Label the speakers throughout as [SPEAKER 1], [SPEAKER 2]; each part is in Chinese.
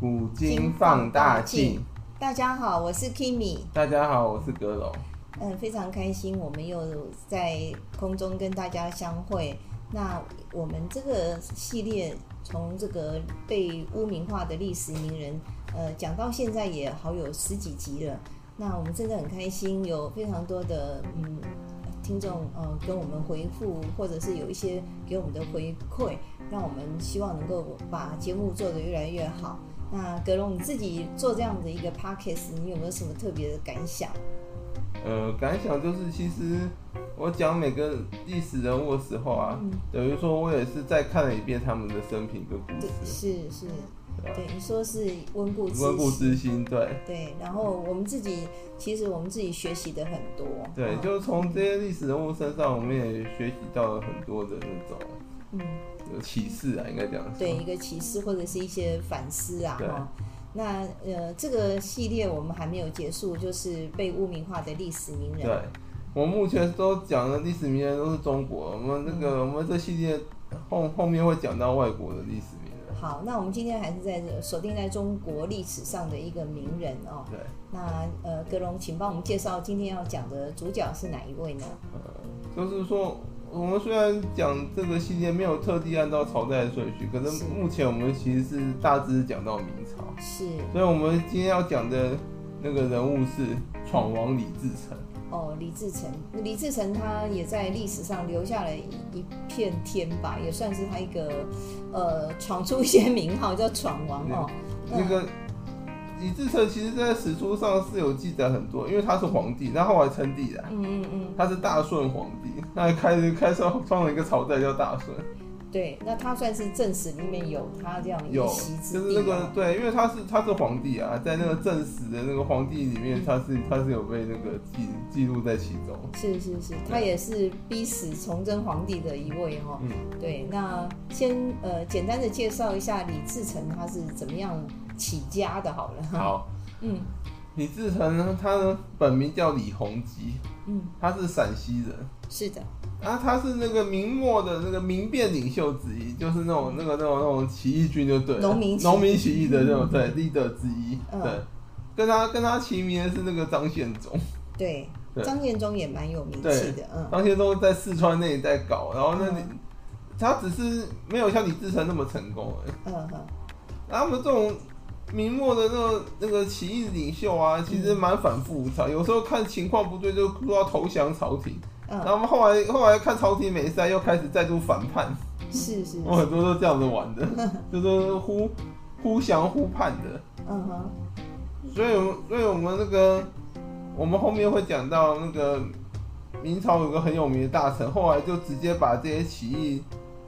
[SPEAKER 1] 古今放大镜。
[SPEAKER 2] 大家好，我是 Kimi，
[SPEAKER 1] 大家好，我是格龙。
[SPEAKER 2] 嗯，非常开心，我们又在空中跟大家相会。那我们这个系列从这个被污名化的历史名人，呃，讲到现在也好有十几集了。那我们真的很开心，有非常多的嗯听众呃跟我们回复，或者是有一些给我们的回馈，让我们希望能够把节目做得越来越好。那格隆，你自己做这样的一个 podcast，你有没有什么特别的感想？
[SPEAKER 1] 呃，感想就是，其实我讲每个历史人物的时候
[SPEAKER 2] 嗯
[SPEAKER 1] 啊，等于说我也是再看了一遍他们的生平跟故
[SPEAKER 2] 对，
[SPEAKER 1] 事，
[SPEAKER 2] 是是，对，你说是温故知
[SPEAKER 1] 温故
[SPEAKER 2] 新，
[SPEAKER 1] 知新。对，
[SPEAKER 2] 对。然后我们自己，其实我们自己学习的很多，
[SPEAKER 1] 对，
[SPEAKER 2] 嗯
[SPEAKER 1] 就是从这些历史人物身上，我们也学习到了很多的那种
[SPEAKER 2] 嗯，
[SPEAKER 1] 有启示啊，应该这样说。
[SPEAKER 2] 对一个启示或者是一些反思啊，
[SPEAKER 1] 对
[SPEAKER 2] 哈。那呃，这个系列我们还没有结束，就是被污名化的历史名人。
[SPEAKER 1] 对，我目前都讲的历史名人都是中国，我们那
[SPEAKER 2] 嗯
[SPEAKER 1] 个、我们这系列后后面会讲到外国的历史名人。
[SPEAKER 2] 好，那我们今天还是在这锁定在中国历史上的一个名人哦。
[SPEAKER 1] 对，
[SPEAKER 2] 那呃，格隆，请帮我们介绍今天要讲的主角是哪一位呢？
[SPEAKER 1] 就是说，我们虽然讲这个系列没有特地按照朝代的顺序，可
[SPEAKER 2] 是
[SPEAKER 1] 是目前我们其实是大致讲到明朝，
[SPEAKER 2] 是
[SPEAKER 1] 所以我们今天要讲的那个人物是闯王李自成。
[SPEAKER 2] 哦，李自成。李自成他也在历史上留下了一一片天吧，也算是他一个呃闯出一些名号叫闯王哦。
[SPEAKER 1] 那个李自成其实在史书上是有记载很多，因为他是皇帝，他后来称帝的，
[SPEAKER 2] 嗯嗯嗯，
[SPEAKER 1] 他是大顺皇帝，他还开开创创了一个朝代叫大顺。
[SPEAKER 2] 对，那他算是正史里面有他这样一
[SPEAKER 1] 有，
[SPEAKER 2] 席之
[SPEAKER 1] 就是
[SPEAKER 2] 地、
[SPEAKER 1] 那
[SPEAKER 2] 哦。
[SPEAKER 1] 个对，因为他是他是皇帝啊，在那个正史的那个皇帝里面，他是他是有被那个记记录在其中。
[SPEAKER 2] 是是是，他也是逼死崇祯皇帝的一位哦。
[SPEAKER 1] 嗯
[SPEAKER 2] 对，那先呃简单的介绍一下李自成他是怎么样起家的，好了。，
[SPEAKER 1] 好，
[SPEAKER 2] 嗯
[SPEAKER 1] 李自成呢，他呢本名叫李弘基，
[SPEAKER 2] 嗯，
[SPEAKER 1] 他是陕西人。
[SPEAKER 2] 是的，
[SPEAKER 1] 啊，他是那个明末的那个民变领袖之一，就是那种那个那种那种起义军就对了，
[SPEAKER 2] 农民起义
[SPEAKER 1] 农民起义的那种对 leader 之一，
[SPEAKER 2] 嗯
[SPEAKER 1] 对，跟他跟他齐名的是那个张献忠，
[SPEAKER 2] 对，
[SPEAKER 1] 对
[SPEAKER 2] 张献忠也蛮有名气的，嗯。
[SPEAKER 1] 张献忠在四川那里在搞，然后那里、
[SPEAKER 2] 嗯
[SPEAKER 1] 他只是没有像李自成那么成功而已。
[SPEAKER 2] 嗯哼，
[SPEAKER 1] 他们这种明末的那个那个起义领袖啊，其实蛮反复无
[SPEAKER 2] 嗯
[SPEAKER 1] 常，有时候看情况不对就说要投降朝廷，然
[SPEAKER 2] 嗯，
[SPEAKER 1] 后后来后来看朝廷没塞，又开始再度反叛。哦
[SPEAKER 2] 是是，
[SPEAKER 1] 我很多都这样子玩的，就是忽忽降忽叛的。
[SPEAKER 2] 嗯哼，
[SPEAKER 1] 所以我们，所以我们那个，我们后面会讲到那个明朝有个很有名的大臣，后来就直接把这些起义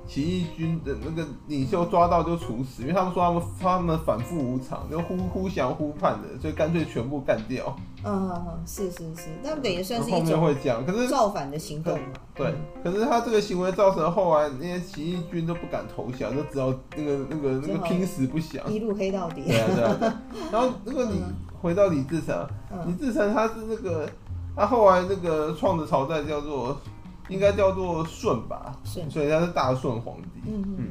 [SPEAKER 1] 起义军的那个领袖抓到就处死，因为他们说他们他们反复无常，就忽忽降忽叛的，所以干脆全部干掉。
[SPEAKER 2] 嗯哼哼，是是是，那等于算是
[SPEAKER 1] 后
[SPEAKER 2] 一
[SPEAKER 1] 面
[SPEAKER 2] 种
[SPEAKER 1] 会讲，可是
[SPEAKER 2] 造反的行动嘛。
[SPEAKER 1] 对，可是他这个行为造成后来那些起义军都不敢投降，就只好那个那个那
[SPEAKER 2] 只
[SPEAKER 1] 个
[SPEAKER 2] 好
[SPEAKER 1] 拼死不降。
[SPEAKER 2] 一路黑到底。
[SPEAKER 1] 对啊，对啊。对 啊然后那个李回到李自成啊，李
[SPEAKER 2] 嗯，
[SPEAKER 1] 自成他是那个他后来那个创的朝代叫做应该叫做舜吧，
[SPEAKER 2] 顺。
[SPEAKER 1] 所以 他是大舜皇帝。
[SPEAKER 2] 嗯嗯嗯，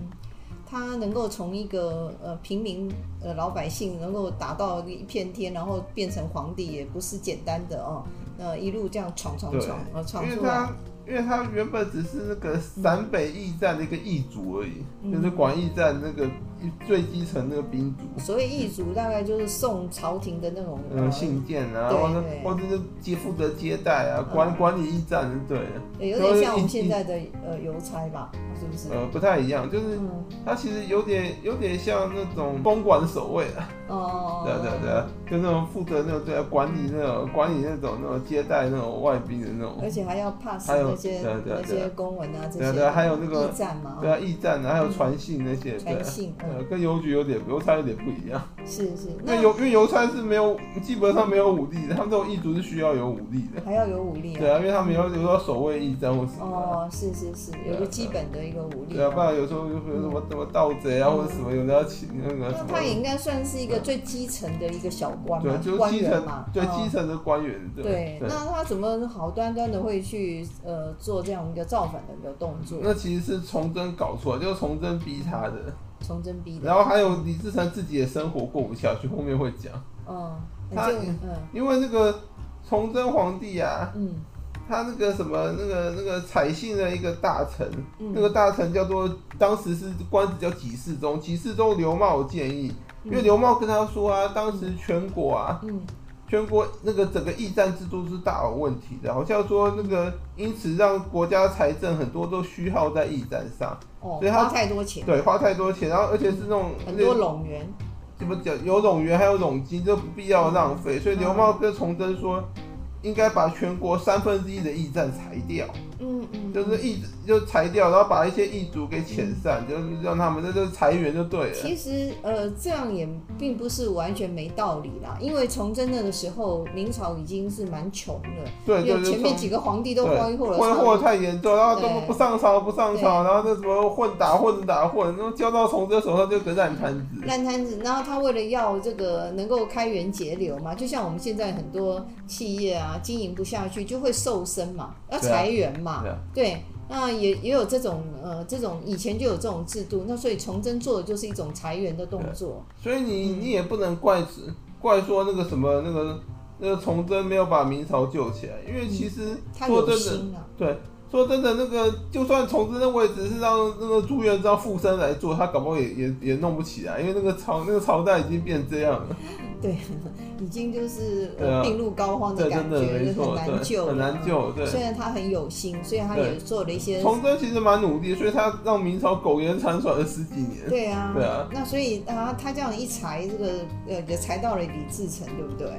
[SPEAKER 2] 他能够从一个呃平民呃老百姓，能够达到一片天，然后变成皇帝，也不是简单的哦。呃，一路这样闯闯闯，呃，
[SPEAKER 1] 因
[SPEAKER 2] 闯
[SPEAKER 1] 为
[SPEAKER 2] 出
[SPEAKER 1] 他
[SPEAKER 2] 来。
[SPEAKER 1] 因为他原本只是那个陕北驿站的一个驿卒而已，
[SPEAKER 2] 嗯
[SPEAKER 1] 就是广义站那个一最基层那个兵卒。
[SPEAKER 2] 所谓异族，大概就是送朝廷的那种
[SPEAKER 1] 嗯，
[SPEAKER 2] 呃，
[SPEAKER 1] 信件啊，
[SPEAKER 2] 对
[SPEAKER 1] 或者
[SPEAKER 2] 对
[SPEAKER 1] 或者是接负责接待啊，
[SPEAKER 2] 嗯
[SPEAKER 1] 管管理驿站就对了，
[SPEAKER 2] 对有点像
[SPEAKER 1] 就是
[SPEAKER 2] 我们
[SPEAKER 1] 一
[SPEAKER 2] 现在的呃邮差吧，是不是？
[SPEAKER 1] 呃，不太一样，就是
[SPEAKER 2] 嗯，
[SPEAKER 1] 他其实有点有点像那种公馆守卫啊，
[SPEAKER 2] 哦，
[SPEAKER 1] 对啊对啊对啊，就那种负责那种对啊管理那种管理那种那种接待那种外宾的那种，
[SPEAKER 2] 而且还要 pass
[SPEAKER 1] 还有
[SPEAKER 2] 那些
[SPEAKER 1] 对啊对啊
[SPEAKER 2] 那些公文啊，这
[SPEAKER 1] 对啊
[SPEAKER 2] 些
[SPEAKER 1] 对啊，还有那
[SPEAKER 2] 驿
[SPEAKER 1] 个
[SPEAKER 2] 站嘛，
[SPEAKER 1] 对啊驿站啊，还有传信那些，对啊
[SPEAKER 2] 传，信，嗯，
[SPEAKER 1] 呃，跟邮局有点邮差有点不一样，
[SPEAKER 2] 是是，
[SPEAKER 1] 因为
[SPEAKER 2] 那
[SPEAKER 1] 邮因为邮差是没有基本上没有武力的，他们这种驿卒是需要有武力的，
[SPEAKER 2] 还要有武力啊
[SPEAKER 1] 对，啊，因为他们有有时候守卫驿站或什么的。
[SPEAKER 2] 哦，是是是，有个基本的一个武力
[SPEAKER 1] 对啊，不
[SPEAKER 2] 哦。
[SPEAKER 1] 然有时候就比如什么什么盗贼啊，或者什么有的要请那个
[SPEAKER 2] 那
[SPEAKER 1] 什
[SPEAKER 2] 他也
[SPEAKER 1] 么，
[SPEAKER 2] 应该算是一个最基层的一个小官
[SPEAKER 1] 对啊，，
[SPEAKER 2] 嘛
[SPEAKER 1] 就是
[SPEAKER 2] 官
[SPEAKER 1] 基
[SPEAKER 2] 员
[SPEAKER 1] 层
[SPEAKER 2] 嘛，，
[SPEAKER 1] 对
[SPEAKER 2] 哦
[SPEAKER 1] 基层的官员，
[SPEAKER 2] 对
[SPEAKER 1] 对。
[SPEAKER 2] 那他怎么好端端的会去呃做这样一个造反的一个动作？
[SPEAKER 1] 那其实是崇祯搞出来，就是崇祯逼他的。
[SPEAKER 2] 崇祯逼的。
[SPEAKER 1] 然后还有李自成自己也生活过不下去，后面会讲，
[SPEAKER 2] 哦，很
[SPEAKER 1] 他
[SPEAKER 2] 就嗯
[SPEAKER 1] 因为那个崇祯皇帝啊，
[SPEAKER 2] 嗯
[SPEAKER 1] 他那个什么那个那个采信的一个大臣，
[SPEAKER 2] 嗯
[SPEAKER 1] 那个大臣叫做当时是官职叫给事中，给事中刘茂建议，因为刘茂跟他说啊，当时全国啊，
[SPEAKER 2] 嗯
[SPEAKER 1] 全国那个整个驿站制度是大有问题的，好像说那个因此让国家财政很多都虚耗在驿站上，
[SPEAKER 2] 哦，
[SPEAKER 1] 所以他
[SPEAKER 2] 花太多钱，
[SPEAKER 1] 对，花太多钱，然后而且是那种
[SPEAKER 2] 很多冗员，
[SPEAKER 1] 怎么讲，有冗员还有冗金，这不必要浪费，所以刘茂跟崇祯说，应该把全国三分之一的驿站裁掉。
[SPEAKER 2] 嗯嗯，
[SPEAKER 1] 就是一直就裁掉，然后把一些异族给遣散，就是
[SPEAKER 2] 嗯
[SPEAKER 1] 让他们这就是裁员就对了。
[SPEAKER 2] 其实，呃，这样也并不是完全没道理啦，因为崇祯那个时候，明朝已经是蛮穷了，
[SPEAKER 1] 对
[SPEAKER 2] 因
[SPEAKER 1] 对
[SPEAKER 2] 为
[SPEAKER 1] 对，
[SPEAKER 2] 前面几个皇帝都
[SPEAKER 1] 对
[SPEAKER 2] 挥霍了，
[SPEAKER 1] 挥霍得太严重，然后都
[SPEAKER 2] 对
[SPEAKER 1] 不上朝不上朝，然后那什么混打混打混，然后交到崇祯手上就个烂摊子。
[SPEAKER 2] 烂摊子。然后他为了要这个能够开源节流嘛，就像我们现在很多企业啊，经营不下去就会瘦身嘛，要
[SPEAKER 1] 对啊
[SPEAKER 2] 裁员嘛，
[SPEAKER 1] 对啊
[SPEAKER 2] 对。那也也有这种呃，这种以前就有这种制度，那所以崇祯做的就是一种裁员的动作。
[SPEAKER 1] 所以你
[SPEAKER 2] 嗯
[SPEAKER 1] 你也不能怪怪说那个什么那个那个崇祯没有把明朝救起来，因为其实
[SPEAKER 2] 他
[SPEAKER 1] 说
[SPEAKER 2] 有
[SPEAKER 1] 真的，
[SPEAKER 2] 心啊，
[SPEAKER 1] 对。说真的，那个就算崇祯的位置是让那个朱元璋附身来做，他搞不好也也也弄不起来，因为那个朝那个朝代已经变这样了。
[SPEAKER 2] 对，已经就是
[SPEAKER 1] 对啊
[SPEAKER 2] 呃病入膏肓
[SPEAKER 1] 对，
[SPEAKER 2] 的感
[SPEAKER 1] 真的
[SPEAKER 2] 觉，
[SPEAKER 1] 没
[SPEAKER 2] 就很
[SPEAKER 1] 错，
[SPEAKER 2] 难
[SPEAKER 1] 对，
[SPEAKER 2] 救，
[SPEAKER 1] 很难。救。
[SPEAKER 2] 虽
[SPEAKER 1] 对，
[SPEAKER 2] 然他很有心，所以他也做了一些，
[SPEAKER 1] 崇祯其实蛮努力，所以他让明朝苟延残喘了十几年。
[SPEAKER 2] 对啊，
[SPEAKER 1] 对啊
[SPEAKER 2] 那所以啊，他这样一裁，这个呃也裁到了李自成，对不对？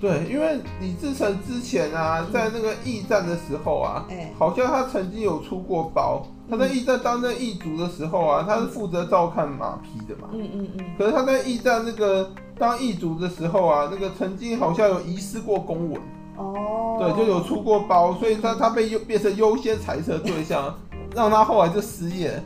[SPEAKER 1] 对，因为李自成之前啊，
[SPEAKER 2] 嗯
[SPEAKER 1] 在那个驿站的时候啊，
[SPEAKER 2] 哎，
[SPEAKER 1] 好像他曾经有出过包。他在驿站担任驿卒的时候啊，他是负责照看马匹的嘛。
[SPEAKER 2] 嗯嗯嗯，
[SPEAKER 1] 可是他在驿站那个当驿卒的时候啊，那个曾经好像有遗失过公文，
[SPEAKER 2] 哦，
[SPEAKER 1] 对，就有出过包，所以他他被优变成优先裁撤对象，让他后来就失业。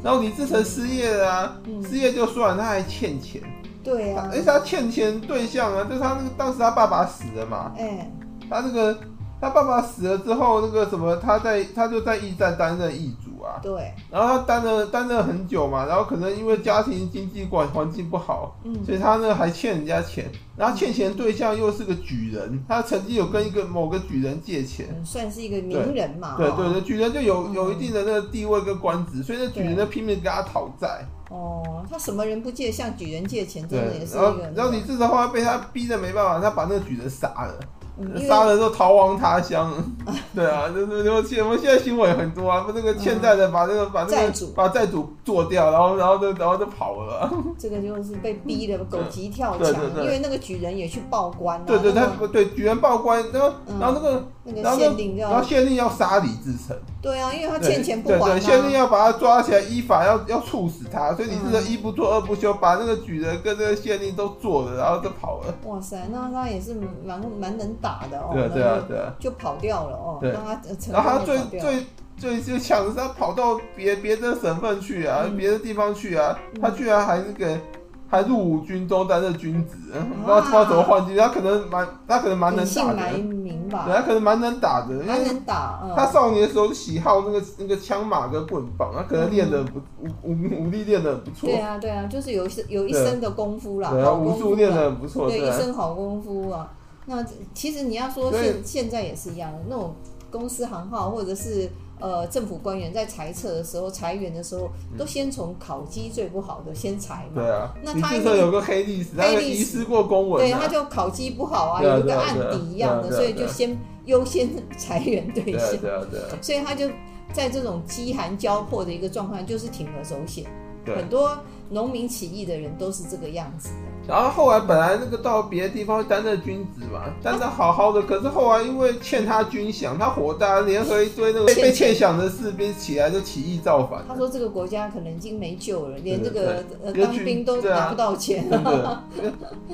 [SPEAKER 1] 然后李自成失业了啊，
[SPEAKER 2] 嗯
[SPEAKER 1] 失业就算了，他还欠钱，
[SPEAKER 2] 对
[SPEAKER 1] 他
[SPEAKER 2] 啊
[SPEAKER 1] 而，且他欠钱对象啊，就是他那个当时他爸爸死了嘛，
[SPEAKER 2] 哎，
[SPEAKER 1] 他那个他爸爸死了之后，那个什么，他在他就在驿站担任驿主啊，
[SPEAKER 2] 对，
[SPEAKER 1] 然后他担任担任很久嘛，然后可能因为家庭经济管环境不好，
[SPEAKER 2] 嗯
[SPEAKER 1] 所以他呢还欠人家钱，然后欠钱对象又是个举人，他曾经有跟一个某个举人借钱，
[SPEAKER 2] 嗯算是一个名人嘛，
[SPEAKER 1] 对
[SPEAKER 2] 哦
[SPEAKER 1] 对，对，举人就有有一定的那个地位跟官职，所以那举人
[SPEAKER 2] 对
[SPEAKER 1] 就拼命跟他讨债，
[SPEAKER 2] 哦，他什么人不借，向举人借钱，真的
[SPEAKER 1] 对
[SPEAKER 2] 也，是一
[SPEAKER 1] 然后
[SPEAKER 2] 个，
[SPEAKER 1] 然后李自成后来被他逼的没办法，他把那个举人杀了，
[SPEAKER 2] 嗯因
[SPEAKER 1] 杀
[SPEAKER 2] 为
[SPEAKER 1] 了之后逃亡他乡，对啊，就是就现我们现在新闻也很多啊，那个欠债的把那个把那
[SPEAKER 2] 债
[SPEAKER 1] 个
[SPEAKER 2] 主
[SPEAKER 1] 把债主做掉，然后然后就然后就跑了啊，
[SPEAKER 2] 这个就是被逼的狗急跳
[SPEAKER 1] 嗯对
[SPEAKER 2] 墙
[SPEAKER 1] 对，对
[SPEAKER 2] 因为那个举人也去报官啊，
[SPEAKER 1] 对对，
[SPEAKER 2] 那
[SPEAKER 1] 他
[SPEAKER 2] 个
[SPEAKER 1] 对举人报官，然后
[SPEAKER 2] 嗯
[SPEAKER 1] 然后那个
[SPEAKER 2] 那
[SPEAKER 1] 然
[SPEAKER 2] 个
[SPEAKER 1] 后那
[SPEAKER 2] 限定
[SPEAKER 1] 然后
[SPEAKER 2] 要，
[SPEAKER 1] 县令要杀李自成。
[SPEAKER 2] 对啊，因为他
[SPEAKER 1] 对
[SPEAKER 2] 欠钱不
[SPEAKER 1] 对
[SPEAKER 2] 还
[SPEAKER 1] 对，县令
[SPEAKER 2] 啊，
[SPEAKER 1] 要把他抓起来，依法要要处死他，所以你这
[SPEAKER 2] 嗯
[SPEAKER 1] 个一不做二不休，把那个举人跟那个县令都做了，然后就跑了。
[SPEAKER 2] 哇塞，那他也是蛮蛮能打的哦，
[SPEAKER 1] 对啊，对
[SPEAKER 2] 然
[SPEAKER 1] 啊
[SPEAKER 2] 后，
[SPEAKER 1] 对啊。
[SPEAKER 2] 就跑掉了哦，
[SPEAKER 1] 对
[SPEAKER 2] 让他呃成
[SPEAKER 1] 然后他
[SPEAKER 2] 功
[SPEAKER 1] 最
[SPEAKER 2] 的跑掉，
[SPEAKER 1] 最最最强的是他跑到别别的省份去啊，
[SPEAKER 2] 嗯
[SPEAKER 1] 别的地方去啊，
[SPEAKER 2] 嗯
[SPEAKER 1] 他居然还那个。还入伍军中担任军职，不知道不知道怎么换军，他可能蛮他可能蛮能
[SPEAKER 2] 隐姓
[SPEAKER 1] 打的，
[SPEAKER 2] 埋名
[SPEAKER 1] 对，他
[SPEAKER 2] 吧，
[SPEAKER 1] 可能蛮能打的，因
[SPEAKER 2] 蛮
[SPEAKER 1] 为
[SPEAKER 2] 能打，嗯，
[SPEAKER 1] 他少年的时候喜好那个那个枪马跟棍棒，他可能练的不武武武力练的不错
[SPEAKER 2] 对，啊对啊，就是有一身有一
[SPEAKER 1] 对
[SPEAKER 2] 身的功夫啦，
[SPEAKER 1] 对啊，
[SPEAKER 2] 好功
[SPEAKER 1] 武术
[SPEAKER 2] 夫
[SPEAKER 1] 练
[SPEAKER 2] 啦，
[SPEAKER 1] 的很不错，
[SPEAKER 2] 对，
[SPEAKER 1] 对
[SPEAKER 2] 一
[SPEAKER 1] 啊，
[SPEAKER 2] 身好功夫啊。那其实你要说
[SPEAKER 1] 所以
[SPEAKER 2] 现现在也是一样，那种公司行号或者是呃政府官员在裁撤的时候、裁员的时候，
[SPEAKER 1] 嗯
[SPEAKER 2] 都先从考绩最不好的先裁嘛。
[SPEAKER 1] 对啊。
[SPEAKER 2] 那
[SPEAKER 1] 李
[SPEAKER 2] 他
[SPEAKER 1] 自
[SPEAKER 2] 一
[SPEAKER 1] 成
[SPEAKER 2] 定
[SPEAKER 1] 有个黑历史，他
[SPEAKER 2] 黑
[SPEAKER 1] 有
[SPEAKER 2] 历
[SPEAKER 1] 遗
[SPEAKER 2] 史
[SPEAKER 1] 失过公文
[SPEAKER 2] 对，
[SPEAKER 1] 啊，
[SPEAKER 2] 他就考绩不好啊，
[SPEAKER 1] 对啊
[SPEAKER 2] 有一
[SPEAKER 1] 对
[SPEAKER 2] 个
[SPEAKER 1] 啊
[SPEAKER 2] 案
[SPEAKER 1] 对啊
[SPEAKER 2] 底一样的，
[SPEAKER 1] 对啊对啊
[SPEAKER 2] 所以
[SPEAKER 1] 对
[SPEAKER 2] 就
[SPEAKER 1] 啊
[SPEAKER 2] 先优先裁员对
[SPEAKER 1] 对啊
[SPEAKER 2] 象，
[SPEAKER 1] 对啊对啊
[SPEAKER 2] 所以他就在这种饥寒交迫的一个状况，就是铤而走险。
[SPEAKER 1] 对。
[SPEAKER 2] 很多农民起义的人都是这个样子的。
[SPEAKER 1] 然后后来本来那个到别的地方担任军职嘛，担
[SPEAKER 2] 啊
[SPEAKER 1] 任好好的，可是后来因为欠他军饷，他火大，联合一堆那个被
[SPEAKER 2] 欠
[SPEAKER 1] 被欠饷的士兵起来就起义造反
[SPEAKER 2] 他
[SPEAKER 1] 了，
[SPEAKER 2] 说这个国家可能已经没救了，连这
[SPEAKER 1] 对
[SPEAKER 2] 个呃
[SPEAKER 1] 连
[SPEAKER 2] 当
[SPEAKER 1] 军
[SPEAKER 2] 兵都
[SPEAKER 1] 对啊
[SPEAKER 2] 拿不到钱。
[SPEAKER 1] 真的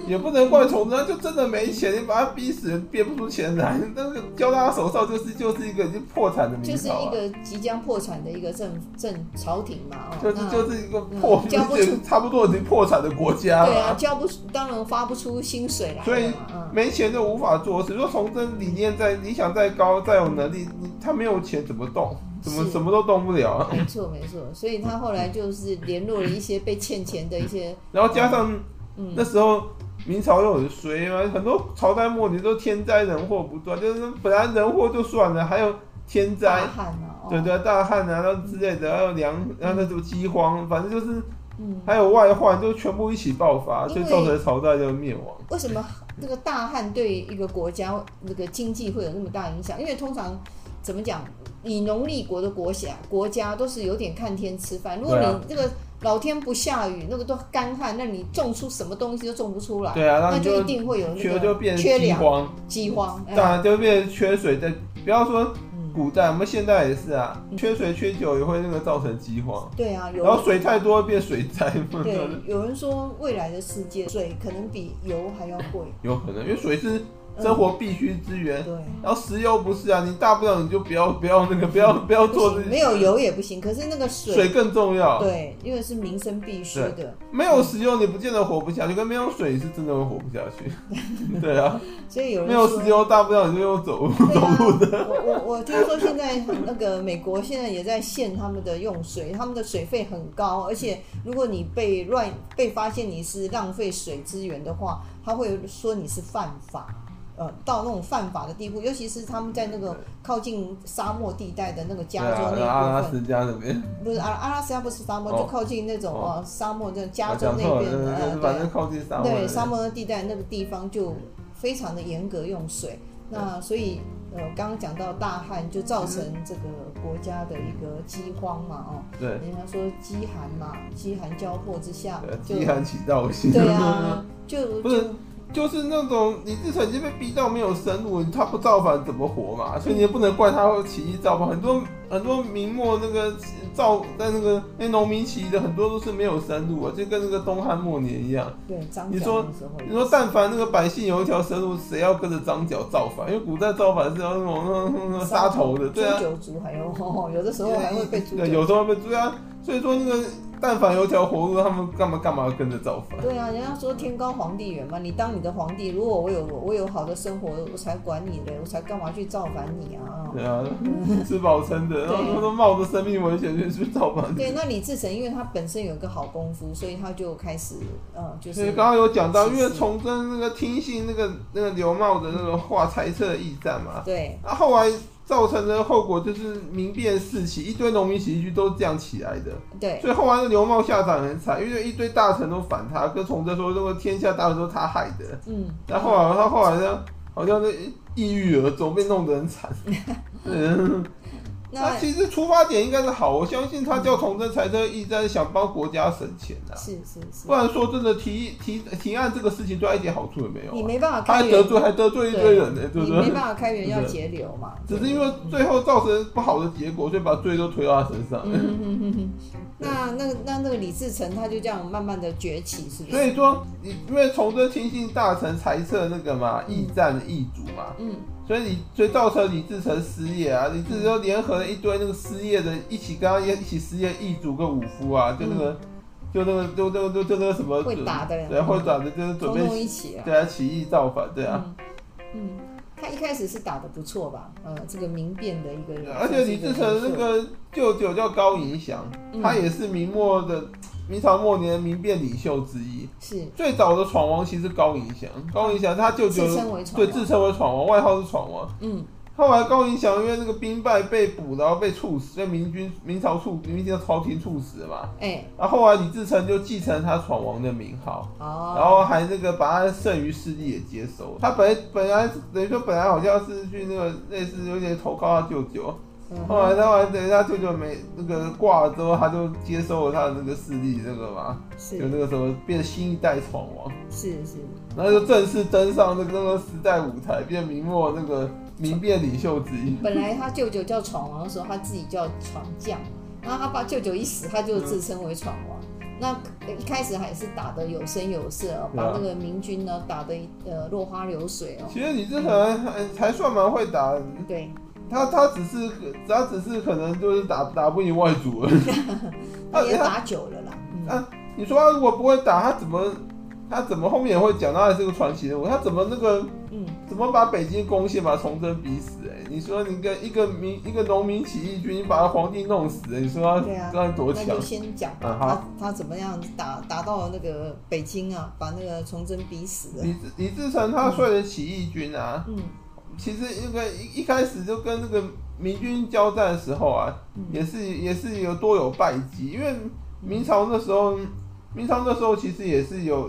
[SPEAKER 1] 也不能怪崇祯，他就真的没钱，你把他逼死，变不出钱来，那个交到他手上就是就是一个已经破产的
[SPEAKER 2] 就
[SPEAKER 1] 明
[SPEAKER 2] 是
[SPEAKER 1] 朝啊
[SPEAKER 2] 一。个即将破产的一个政政朝廷嘛，哦，
[SPEAKER 1] 就是
[SPEAKER 2] 那
[SPEAKER 1] 就是一个破，
[SPEAKER 2] 嗯交不
[SPEAKER 1] 就是差不多已经破产的国家
[SPEAKER 2] 对啊，
[SPEAKER 1] 了。
[SPEAKER 2] 交不不出，当然发不出薪水来
[SPEAKER 1] 所以
[SPEAKER 2] 了嘛，嗯。
[SPEAKER 1] 没钱就无法做事。说从这理念再理想再高再有能力，你他没有钱怎么动？怎么
[SPEAKER 2] 是
[SPEAKER 1] 什么都动不了啊？
[SPEAKER 2] 没错，没错，所以他后来就是联络了一些被欠钱的一些，
[SPEAKER 1] 然后加上
[SPEAKER 2] 嗯，
[SPEAKER 1] 那时候明朝又很衰嘛，很多朝代末年都天灾人祸不断，就是本来人祸就算了，还有天灾
[SPEAKER 2] 大，汉啊，哦
[SPEAKER 1] 对，对，大旱啊，然后之类的，还有粮，然后那种饥荒，反正就是
[SPEAKER 2] 嗯，
[SPEAKER 1] 还有外患，就全部一起爆发，
[SPEAKER 2] 因
[SPEAKER 1] 就
[SPEAKER 2] 为
[SPEAKER 1] 造成朝代的灭亡。
[SPEAKER 2] 为什么那个大旱对一个国家那个经济会有那么大影响？因为通常怎么讲，以农立国的国家国家都是有点看天吃饭。如果
[SPEAKER 1] 对啊
[SPEAKER 2] 你这个老天不下雨，那个都干旱，那你种出什么东西都种不出来，
[SPEAKER 1] 对啊，那
[SPEAKER 2] 那
[SPEAKER 1] 你
[SPEAKER 2] 就
[SPEAKER 1] 就
[SPEAKER 2] 一定会有
[SPEAKER 1] 缺
[SPEAKER 2] 那
[SPEAKER 1] 就
[SPEAKER 2] 个
[SPEAKER 1] 变成
[SPEAKER 2] 缺
[SPEAKER 1] 饥
[SPEAKER 2] 粮、
[SPEAKER 1] 荒，啊
[SPEAKER 2] 饥荒。哎
[SPEAKER 1] 当然就变成缺水的。不要说
[SPEAKER 2] 嗯，
[SPEAKER 1] 古代，我们现代也是啊，
[SPEAKER 2] 嗯
[SPEAKER 1] 缺水缺久也会那个造成饥荒，
[SPEAKER 2] 对啊，有
[SPEAKER 1] 然后水太多会变水灾嘛，
[SPEAKER 2] 对有人说未来的世界水可能比油还要贵，
[SPEAKER 1] 有可能，因为水是
[SPEAKER 2] 嗯
[SPEAKER 1] 生活必需资源。
[SPEAKER 2] 对。
[SPEAKER 1] 然后石油不是啊，你大不了你就不要不要那个不要不要
[SPEAKER 2] 不
[SPEAKER 1] 做
[SPEAKER 2] 行
[SPEAKER 1] 这
[SPEAKER 2] 没有油也不行，可是那个水，
[SPEAKER 1] 水更重要。
[SPEAKER 2] 对，因为是民生必须的，
[SPEAKER 1] 没有石油你不见得活不下去，跟没有水是真的会活不下 去。对啊，
[SPEAKER 2] 所以有人
[SPEAKER 1] 没有
[SPEAKER 2] 说
[SPEAKER 1] 石油大不了你就用走路。
[SPEAKER 2] 对啊，我我我听说现在很那个美国现在也在限他们的用水，他们的水费很高，而且如果你被乱被发现你是浪费水资源的话，他会说你是犯法。呃，到那种犯法的地步，尤其是他们在那个靠近沙漠地带的那个
[SPEAKER 1] 对
[SPEAKER 2] 加州
[SPEAKER 1] 啊，
[SPEAKER 2] 那一部
[SPEAKER 1] 然
[SPEAKER 2] 分，
[SPEAKER 1] 后阿拉斯加那边，
[SPEAKER 2] 不是阿拉阿拉斯加不是沙漠，
[SPEAKER 1] 哦
[SPEAKER 2] 就靠近那种
[SPEAKER 1] 哦
[SPEAKER 2] 哦沙漠，那加
[SPEAKER 1] 啊
[SPEAKER 2] 州
[SPEAKER 1] 讲
[SPEAKER 2] 那
[SPEAKER 1] 错
[SPEAKER 2] 边的，
[SPEAKER 1] 了，
[SPEAKER 2] 呃
[SPEAKER 1] 就是反正靠近沙漠那
[SPEAKER 2] 对
[SPEAKER 1] 边。
[SPEAKER 2] 沙漠的地带那个地方就非常的严格用水，那所以呃刚刚讲到大旱就造成这个国家的一个饥荒嘛哦，
[SPEAKER 1] 嗯对
[SPEAKER 2] 人家说饥寒嘛，饥寒交迫之下
[SPEAKER 1] 对，
[SPEAKER 2] 就
[SPEAKER 1] 饥寒起盗心。
[SPEAKER 2] 对 啊，就
[SPEAKER 1] 不是
[SPEAKER 2] 就
[SPEAKER 1] 就是那种你自己已经被逼到没有生路，他不造反怎么活嘛？所以你也不能怪他起义造反。很多很多明末那个造在那个那农民起义的很多都是没有生路啊，就跟那个东汉末年一样。
[SPEAKER 2] 对张
[SPEAKER 1] 你
[SPEAKER 2] 角
[SPEAKER 1] 说
[SPEAKER 2] 那时候也
[SPEAKER 1] 你说但凡那个百姓有一条生路，谁要跟着张角造反？因为古代造反是要那种那种那种杀头的，对啊
[SPEAKER 2] 诛，九族还有、 哦有的时候还会被诛
[SPEAKER 1] 对，
[SPEAKER 2] 九
[SPEAKER 1] 有时候被对啊。所以说那个但凡有一条活路，他们干嘛干嘛要跟着造反？
[SPEAKER 2] 对啊，人家说天高皇帝远嘛，你当你的皇帝，如果我有我有好的生活，我才管你嘞，我才干嘛去造反你啊？
[SPEAKER 1] 对啊，吃饱撑的，然后他们都冒着生命危险去去造反。
[SPEAKER 2] 对，那李自成因为他本身有一个好功夫，所以他就开始呃，就
[SPEAKER 1] 所以
[SPEAKER 2] 是
[SPEAKER 1] 刚刚有讲到，
[SPEAKER 2] 是
[SPEAKER 1] 因
[SPEAKER 2] 是
[SPEAKER 1] 为崇祯那个听信那个那个刘茂的那个话猜测驿站嘛，
[SPEAKER 2] 对
[SPEAKER 1] 那后来造成的后果就是民变四起，一堆农民起义军都这样起来的。
[SPEAKER 2] 对
[SPEAKER 1] 所以后来那刘茂下场很惨，因为一堆大臣都反他，跟崇祯说那个天下大臣都是他害的。
[SPEAKER 2] 嗯，
[SPEAKER 1] 但后来他后来呢，好像是抑郁而终，被弄得很惨。嗯，他
[SPEAKER 2] 那嗯
[SPEAKER 1] 其实出发点应该是好，我相信他叫崇祯猜测驿站，是想帮国家省钱啊。
[SPEAKER 2] 是是是
[SPEAKER 1] 不，然说真的，提提提案这个事情对他一点好处也没有、
[SPEAKER 2] 你
[SPEAKER 1] 啊，
[SPEAKER 2] 没办法
[SPEAKER 1] 他还
[SPEAKER 2] 开
[SPEAKER 1] 得
[SPEAKER 2] 源，
[SPEAKER 1] 罪还得罪一堆人呢、对
[SPEAKER 2] 你
[SPEAKER 1] 不
[SPEAKER 2] 没
[SPEAKER 1] 对？
[SPEAKER 2] 办法开源要节流嘛，
[SPEAKER 1] 只是因为最后造成不好的结果，所以把罪都推到他身上。
[SPEAKER 2] 嗯那那那那个李自成他就这样慢慢的崛起，是不
[SPEAKER 1] 所
[SPEAKER 2] 是？
[SPEAKER 1] 以说，你因为崇祯听信大臣猜测那个嘛，
[SPEAKER 2] 嗯
[SPEAKER 1] 驿站的易主嘛，
[SPEAKER 2] 嗯，
[SPEAKER 1] 所以你所以造成李自成失业啊，李自成又联合了一堆那个失业的，一起跟他一起失业易主跟武夫啊，就那个、就那个就那个就就那个什么
[SPEAKER 2] 嗯会打的人
[SPEAKER 1] 对，会打的，就是准
[SPEAKER 2] 通
[SPEAKER 1] 备
[SPEAKER 2] 通一起啊，
[SPEAKER 1] 对啊起义造反，对啊。
[SPEAKER 2] 嗯，嗯，他一开始是打的不错吧？呃，这个民变的一个人，
[SPEAKER 1] 啊而且李自成那个舅舅叫高迎祥，
[SPEAKER 2] 嗯
[SPEAKER 1] 他也是明末的明朝末年民变领袖之一。
[SPEAKER 2] 是
[SPEAKER 1] 最早的闯王其实是高迎祥，高迎祥他舅舅
[SPEAKER 2] 自称为闯王
[SPEAKER 1] 对自称为闯王，外号是闯王。
[SPEAKER 2] 嗯
[SPEAKER 1] 后来高迎祥因为那个兵败被捕，然后被处死，被明军明朝处明朝朝廷处死嘛。
[SPEAKER 2] 哎、
[SPEAKER 1] 然后后来李自成就继承他闯王的名号，
[SPEAKER 2] 哦，
[SPEAKER 1] 然后还那个把他剩余势力也接收。他本来本来等于说本来好像是去那个类似有点投靠他舅舅，
[SPEAKER 2] 嗯
[SPEAKER 1] 后来他后来等于他舅舅没那个挂了之后，他就接收了他的那个势力，那个嘛，
[SPEAKER 2] 是
[SPEAKER 1] 就那个什么变新一代闯王，
[SPEAKER 2] 是是，
[SPEAKER 1] 然后就正式登上那个那个时代舞台，变明末那个民变领袖之一。
[SPEAKER 2] 本来他舅舅叫闯王的时候，他自己叫闯将，然后他爸舅舅一死，他就自称为闯王。那一开始还是打得有声有色、哦，
[SPEAKER 1] 对
[SPEAKER 2] 把
[SPEAKER 1] 啊
[SPEAKER 2] 那个明军呢打得呃落花流水哦。
[SPEAKER 1] 其实李自成还还算蛮会打，
[SPEAKER 2] 对，
[SPEAKER 1] 他他只是他只是可能就是打打不赢外族而已。
[SPEAKER 2] 他
[SPEAKER 1] 他
[SPEAKER 2] 也
[SPEAKER 1] 他
[SPEAKER 2] 打久了啦。嗯
[SPEAKER 1] 啊，你说他如果不会打，他怎么他怎么后面也会讲到他是个传奇人物？他怎么那个
[SPEAKER 2] 嗯，
[SPEAKER 1] 怎么把北京攻陷，把崇祯逼死、哎，你说你跟一个民一个农民起义军把皇帝弄死、哎你说他
[SPEAKER 2] 对啊
[SPEAKER 1] 这样多
[SPEAKER 2] 那
[SPEAKER 1] 强
[SPEAKER 2] 就？先讲
[SPEAKER 1] 啊
[SPEAKER 2] 他他怎么样打打到那个北京啊，把那个崇祯逼死的。
[SPEAKER 1] 李自李自成他率的起义军啊，
[SPEAKER 2] 嗯
[SPEAKER 1] 其实那个一一开始就跟那个明军交战的时候啊，
[SPEAKER 2] 嗯
[SPEAKER 1] 也是也是有多有败绩，因为明朝那时候，明朝那时候其实也是有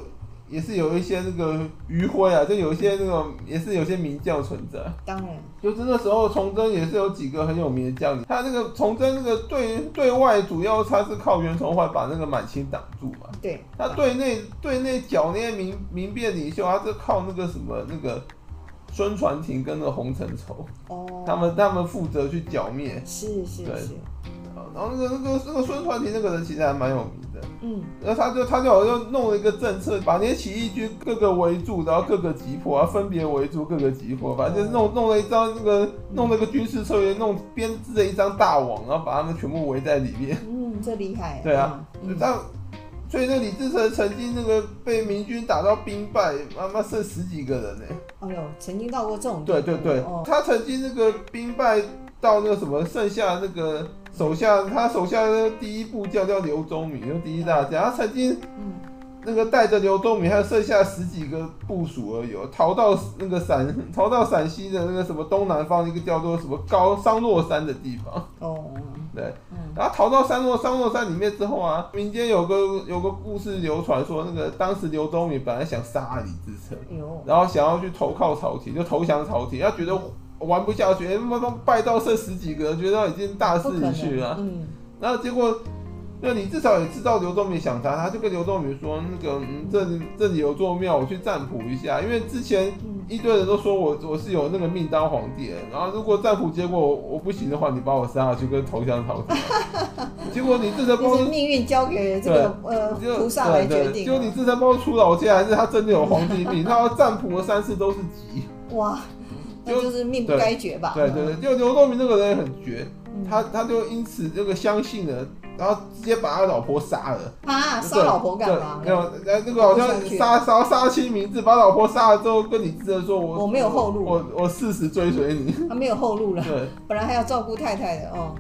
[SPEAKER 1] 也是有一些那个余晖啊，就有一些那种也是有些名将存在。
[SPEAKER 2] 当然，
[SPEAKER 1] 就是那时候崇祯也是有几个很有名的将领，他那个崇祯那个对对外主要他是靠袁崇焕把那个满清挡住嘛，
[SPEAKER 2] 对，
[SPEAKER 1] 他对内对内剿那些民民变领袖，他是靠那个什么那个孙传庭跟那个洪承畴，
[SPEAKER 2] 哦，
[SPEAKER 1] 他们他们负责去剿灭。
[SPEAKER 2] 是是
[SPEAKER 1] 对
[SPEAKER 2] 是，
[SPEAKER 1] 然后那个那个那个孙传庭那个人其实还蛮有名的，
[SPEAKER 2] 嗯
[SPEAKER 1] 然后他就他就好像弄了一个政策，把那些起义军各个围住，然后各个击破，然后分别围住各个击破，反正就是弄弄了一张那个弄了一个军事策略，弄编织了一张大网，然后把他们全部围在里面。
[SPEAKER 2] 嗯，这厉害。
[SPEAKER 1] 对啊
[SPEAKER 2] 嗯，嗯
[SPEAKER 1] 但所以那李自成曾经那个被明军打到兵败，妈妈剩十几个人呢、
[SPEAKER 2] 哎呦，曾经到过这种地步
[SPEAKER 1] 对对对，
[SPEAKER 2] 哦，
[SPEAKER 1] 他曾经那个兵败到那个什么，剩下那个手下，他手下的第一部将叫刘宗敏，就第一大将，他曾经
[SPEAKER 2] 嗯，
[SPEAKER 1] 那个带着刘东明还有剩下十几个部署而已哦、逃到那个陕， 逃到陕西的那个什么东南方一个叫做什么高商洛山的地方。
[SPEAKER 2] 哦，
[SPEAKER 1] 对，
[SPEAKER 2] 嗯，
[SPEAKER 1] 然后逃到商洛商洛山里面之后啊，民间有个有个故事流传说，那个当时刘东明本来想杀李自成，
[SPEAKER 2] 哎呦，
[SPEAKER 1] 然后想要去投靠朝廷，就投降朝廷，他觉得玩不下去，哎他妈败到剩十几个人，觉得已经大势
[SPEAKER 2] 不可
[SPEAKER 1] 已
[SPEAKER 2] 能
[SPEAKER 1] 去啊了。
[SPEAKER 2] 嗯，
[SPEAKER 1] 然后结果，那你至少也知道刘仲明想他，他就跟刘仲明说：“那个，嗯，这里这里有座庙，我去占卜一下。因为之前
[SPEAKER 2] 嗯
[SPEAKER 1] 一堆人都说我我是有那个命当皇帝的，然后如果占卜结果我我不行的话，你把我杀下去跟投降朝 廷。结果你这才包
[SPEAKER 2] 就。”是命运交给这个呃
[SPEAKER 1] 就
[SPEAKER 2] 菩萨来决
[SPEAKER 1] 对对
[SPEAKER 2] 定啊
[SPEAKER 1] 就你
[SPEAKER 2] 了。
[SPEAKER 1] 这才包出老家，还是他真的有皇帝命？他占卜了三次都是吉。
[SPEAKER 2] 哇，那
[SPEAKER 1] 就
[SPEAKER 2] 就是命不
[SPEAKER 1] 对
[SPEAKER 2] 该绝吧？
[SPEAKER 1] 对对对，就刘仲明这个人也很绝，
[SPEAKER 2] 嗯
[SPEAKER 1] 他他就因此这个相信了，然后直接把他老婆杀了。
[SPEAKER 2] 啊，
[SPEAKER 1] 对
[SPEAKER 2] 杀老婆干嘛
[SPEAKER 1] 对？没有，呃，那个好像杀杀杀亲名字，把老婆杀了之后，跟你自认说我
[SPEAKER 2] 我没有后路
[SPEAKER 1] 我我誓死追随你。
[SPEAKER 2] 他没有后路了，
[SPEAKER 1] 对，
[SPEAKER 2] 本来还要照顾太太的哦。